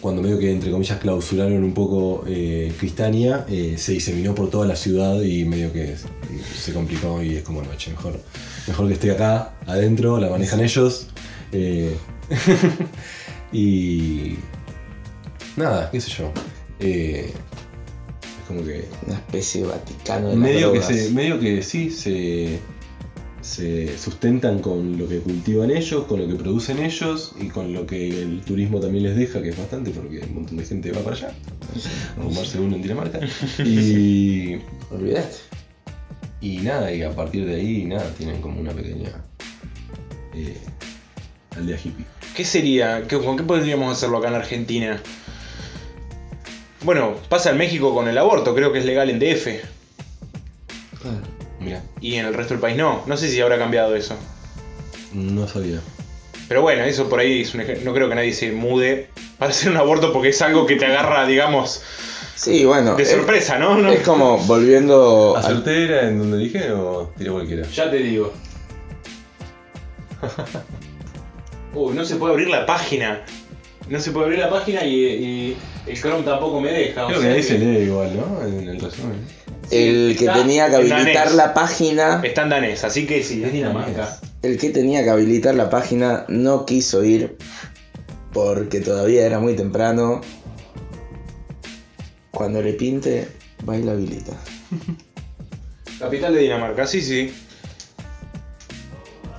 Speaker 1: cuando medio que entre comillas clausuraron un poco eh, Cristania, eh, se diseminó por toda la ciudad y medio que se- se complicó y es como, no, che, mejor, mejor que esté acá, adentro, la manejan ellos. eh, <laughs> y... Nada, qué sé yo. eh, es como que
Speaker 2: Una especie de Vaticano de
Speaker 1: medio
Speaker 2: las
Speaker 1: que
Speaker 2: drogas.
Speaker 1: se medio que sí se se sustentan con lo que cultivan ellos, con lo que producen ellos y con lo que el turismo también les deja, que es bastante porque un montón de gente va para allá a fumarse uno en Dinamarca. Y,
Speaker 2: Olvidate.
Speaker 1: y nada, y a partir de ahí, nada, tienen como una pequeña eh, aldea hippie.
Speaker 3: ¿Qué sería? ¿Qué- ¿Con qué podríamos hacerlo acá en Argentina? Bueno, pasa en México con el aborto, creo que es legal en DF.
Speaker 2: Claro.
Speaker 1: Mira,
Speaker 3: Y en el resto del país no. No sé si habrá cambiado eso.
Speaker 1: no sabía.
Speaker 3: Pero bueno, eso por ahí es un ej- No creo que nadie se mude para hacer un aborto porque es algo que te agarra, digamos,
Speaker 2: Sí, bueno.
Speaker 3: de
Speaker 2: es-
Speaker 3: sorpresa, ¿no? ¿no?
Speaker 2: Es como volviendo al
Speaker 1: ¿Acertera en donde dije o tiré cualquiera?
Speaker 3: Ya te digo. <laughs> Uy, no se puede abrir la página. No se puede abrir la página y, y el Chrome tampoco me deja. o
Speaker 1: Creo que
Speaker 3: sea
Speaker 1: ahí
Speaker 3: que
Speaker 1: se lee igual, ¿no? En el resumen.
Speaker 2: El que
Speaker 3: Está
Speaker 2: tenía que
Speaker 3: en
Speaker 2: habilitar
Speaker 3: danés.
Speaker 2: la página.
Speaker 3: Está en danés, así que sí, es Dinamarca.
Speaker 2: El que tenía que habilitar la página no quiso ir porque todavía era muy temprano. Cuando le pinte, va y la habilita.
Speaker 3: Capital de Dinamarca, sí, sí.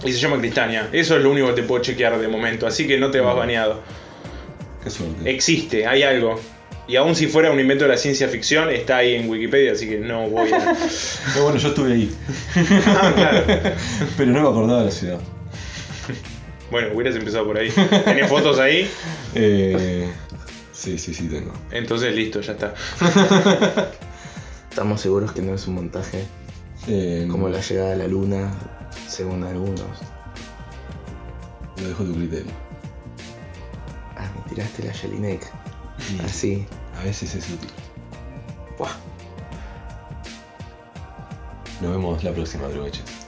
Speaker 3: Y se llama Cristania. Eso es lo único que te puedo chequear de momento, así que no te vas baneado.
Speaker 1: Qué suerte.
Speaker 3: Existe, hay algo. Y aún si fuera un invento de la ciencia ficción, está ahí en Wikipedia, así que no voy a.
Speaker 1: Pero bueno, yo estuve
Speaker 2: <laughs>
Speaker 1: ahí,
Speaker 3: Ah, claro.
Speaker 1: pero no me acordaba de la ciudad.
Speaker 3: Bueno, hubieras empezado por ahí. Tenés fotos ahí,
Speaker 1: Eh, sí, sí, sí, tengo.
Speaker 3: entonces listo, ya está.
Speaker 2: Estamos seguros que no es un montaje
Speaker 1: Eh,
Speaker 2: como la llegada a la luna, según algunos.
Speaker 1: Lo dejo a tu
Speaker 2: <laughs>
Speaker 1: criterio.
Speaker 2: Ah, me tiraste la Jelinek. Así.
Speaker 1: A veces es útil.
Speaker 2: Buah.
Speaker 1: Nos vemos la próxima, Drogeches.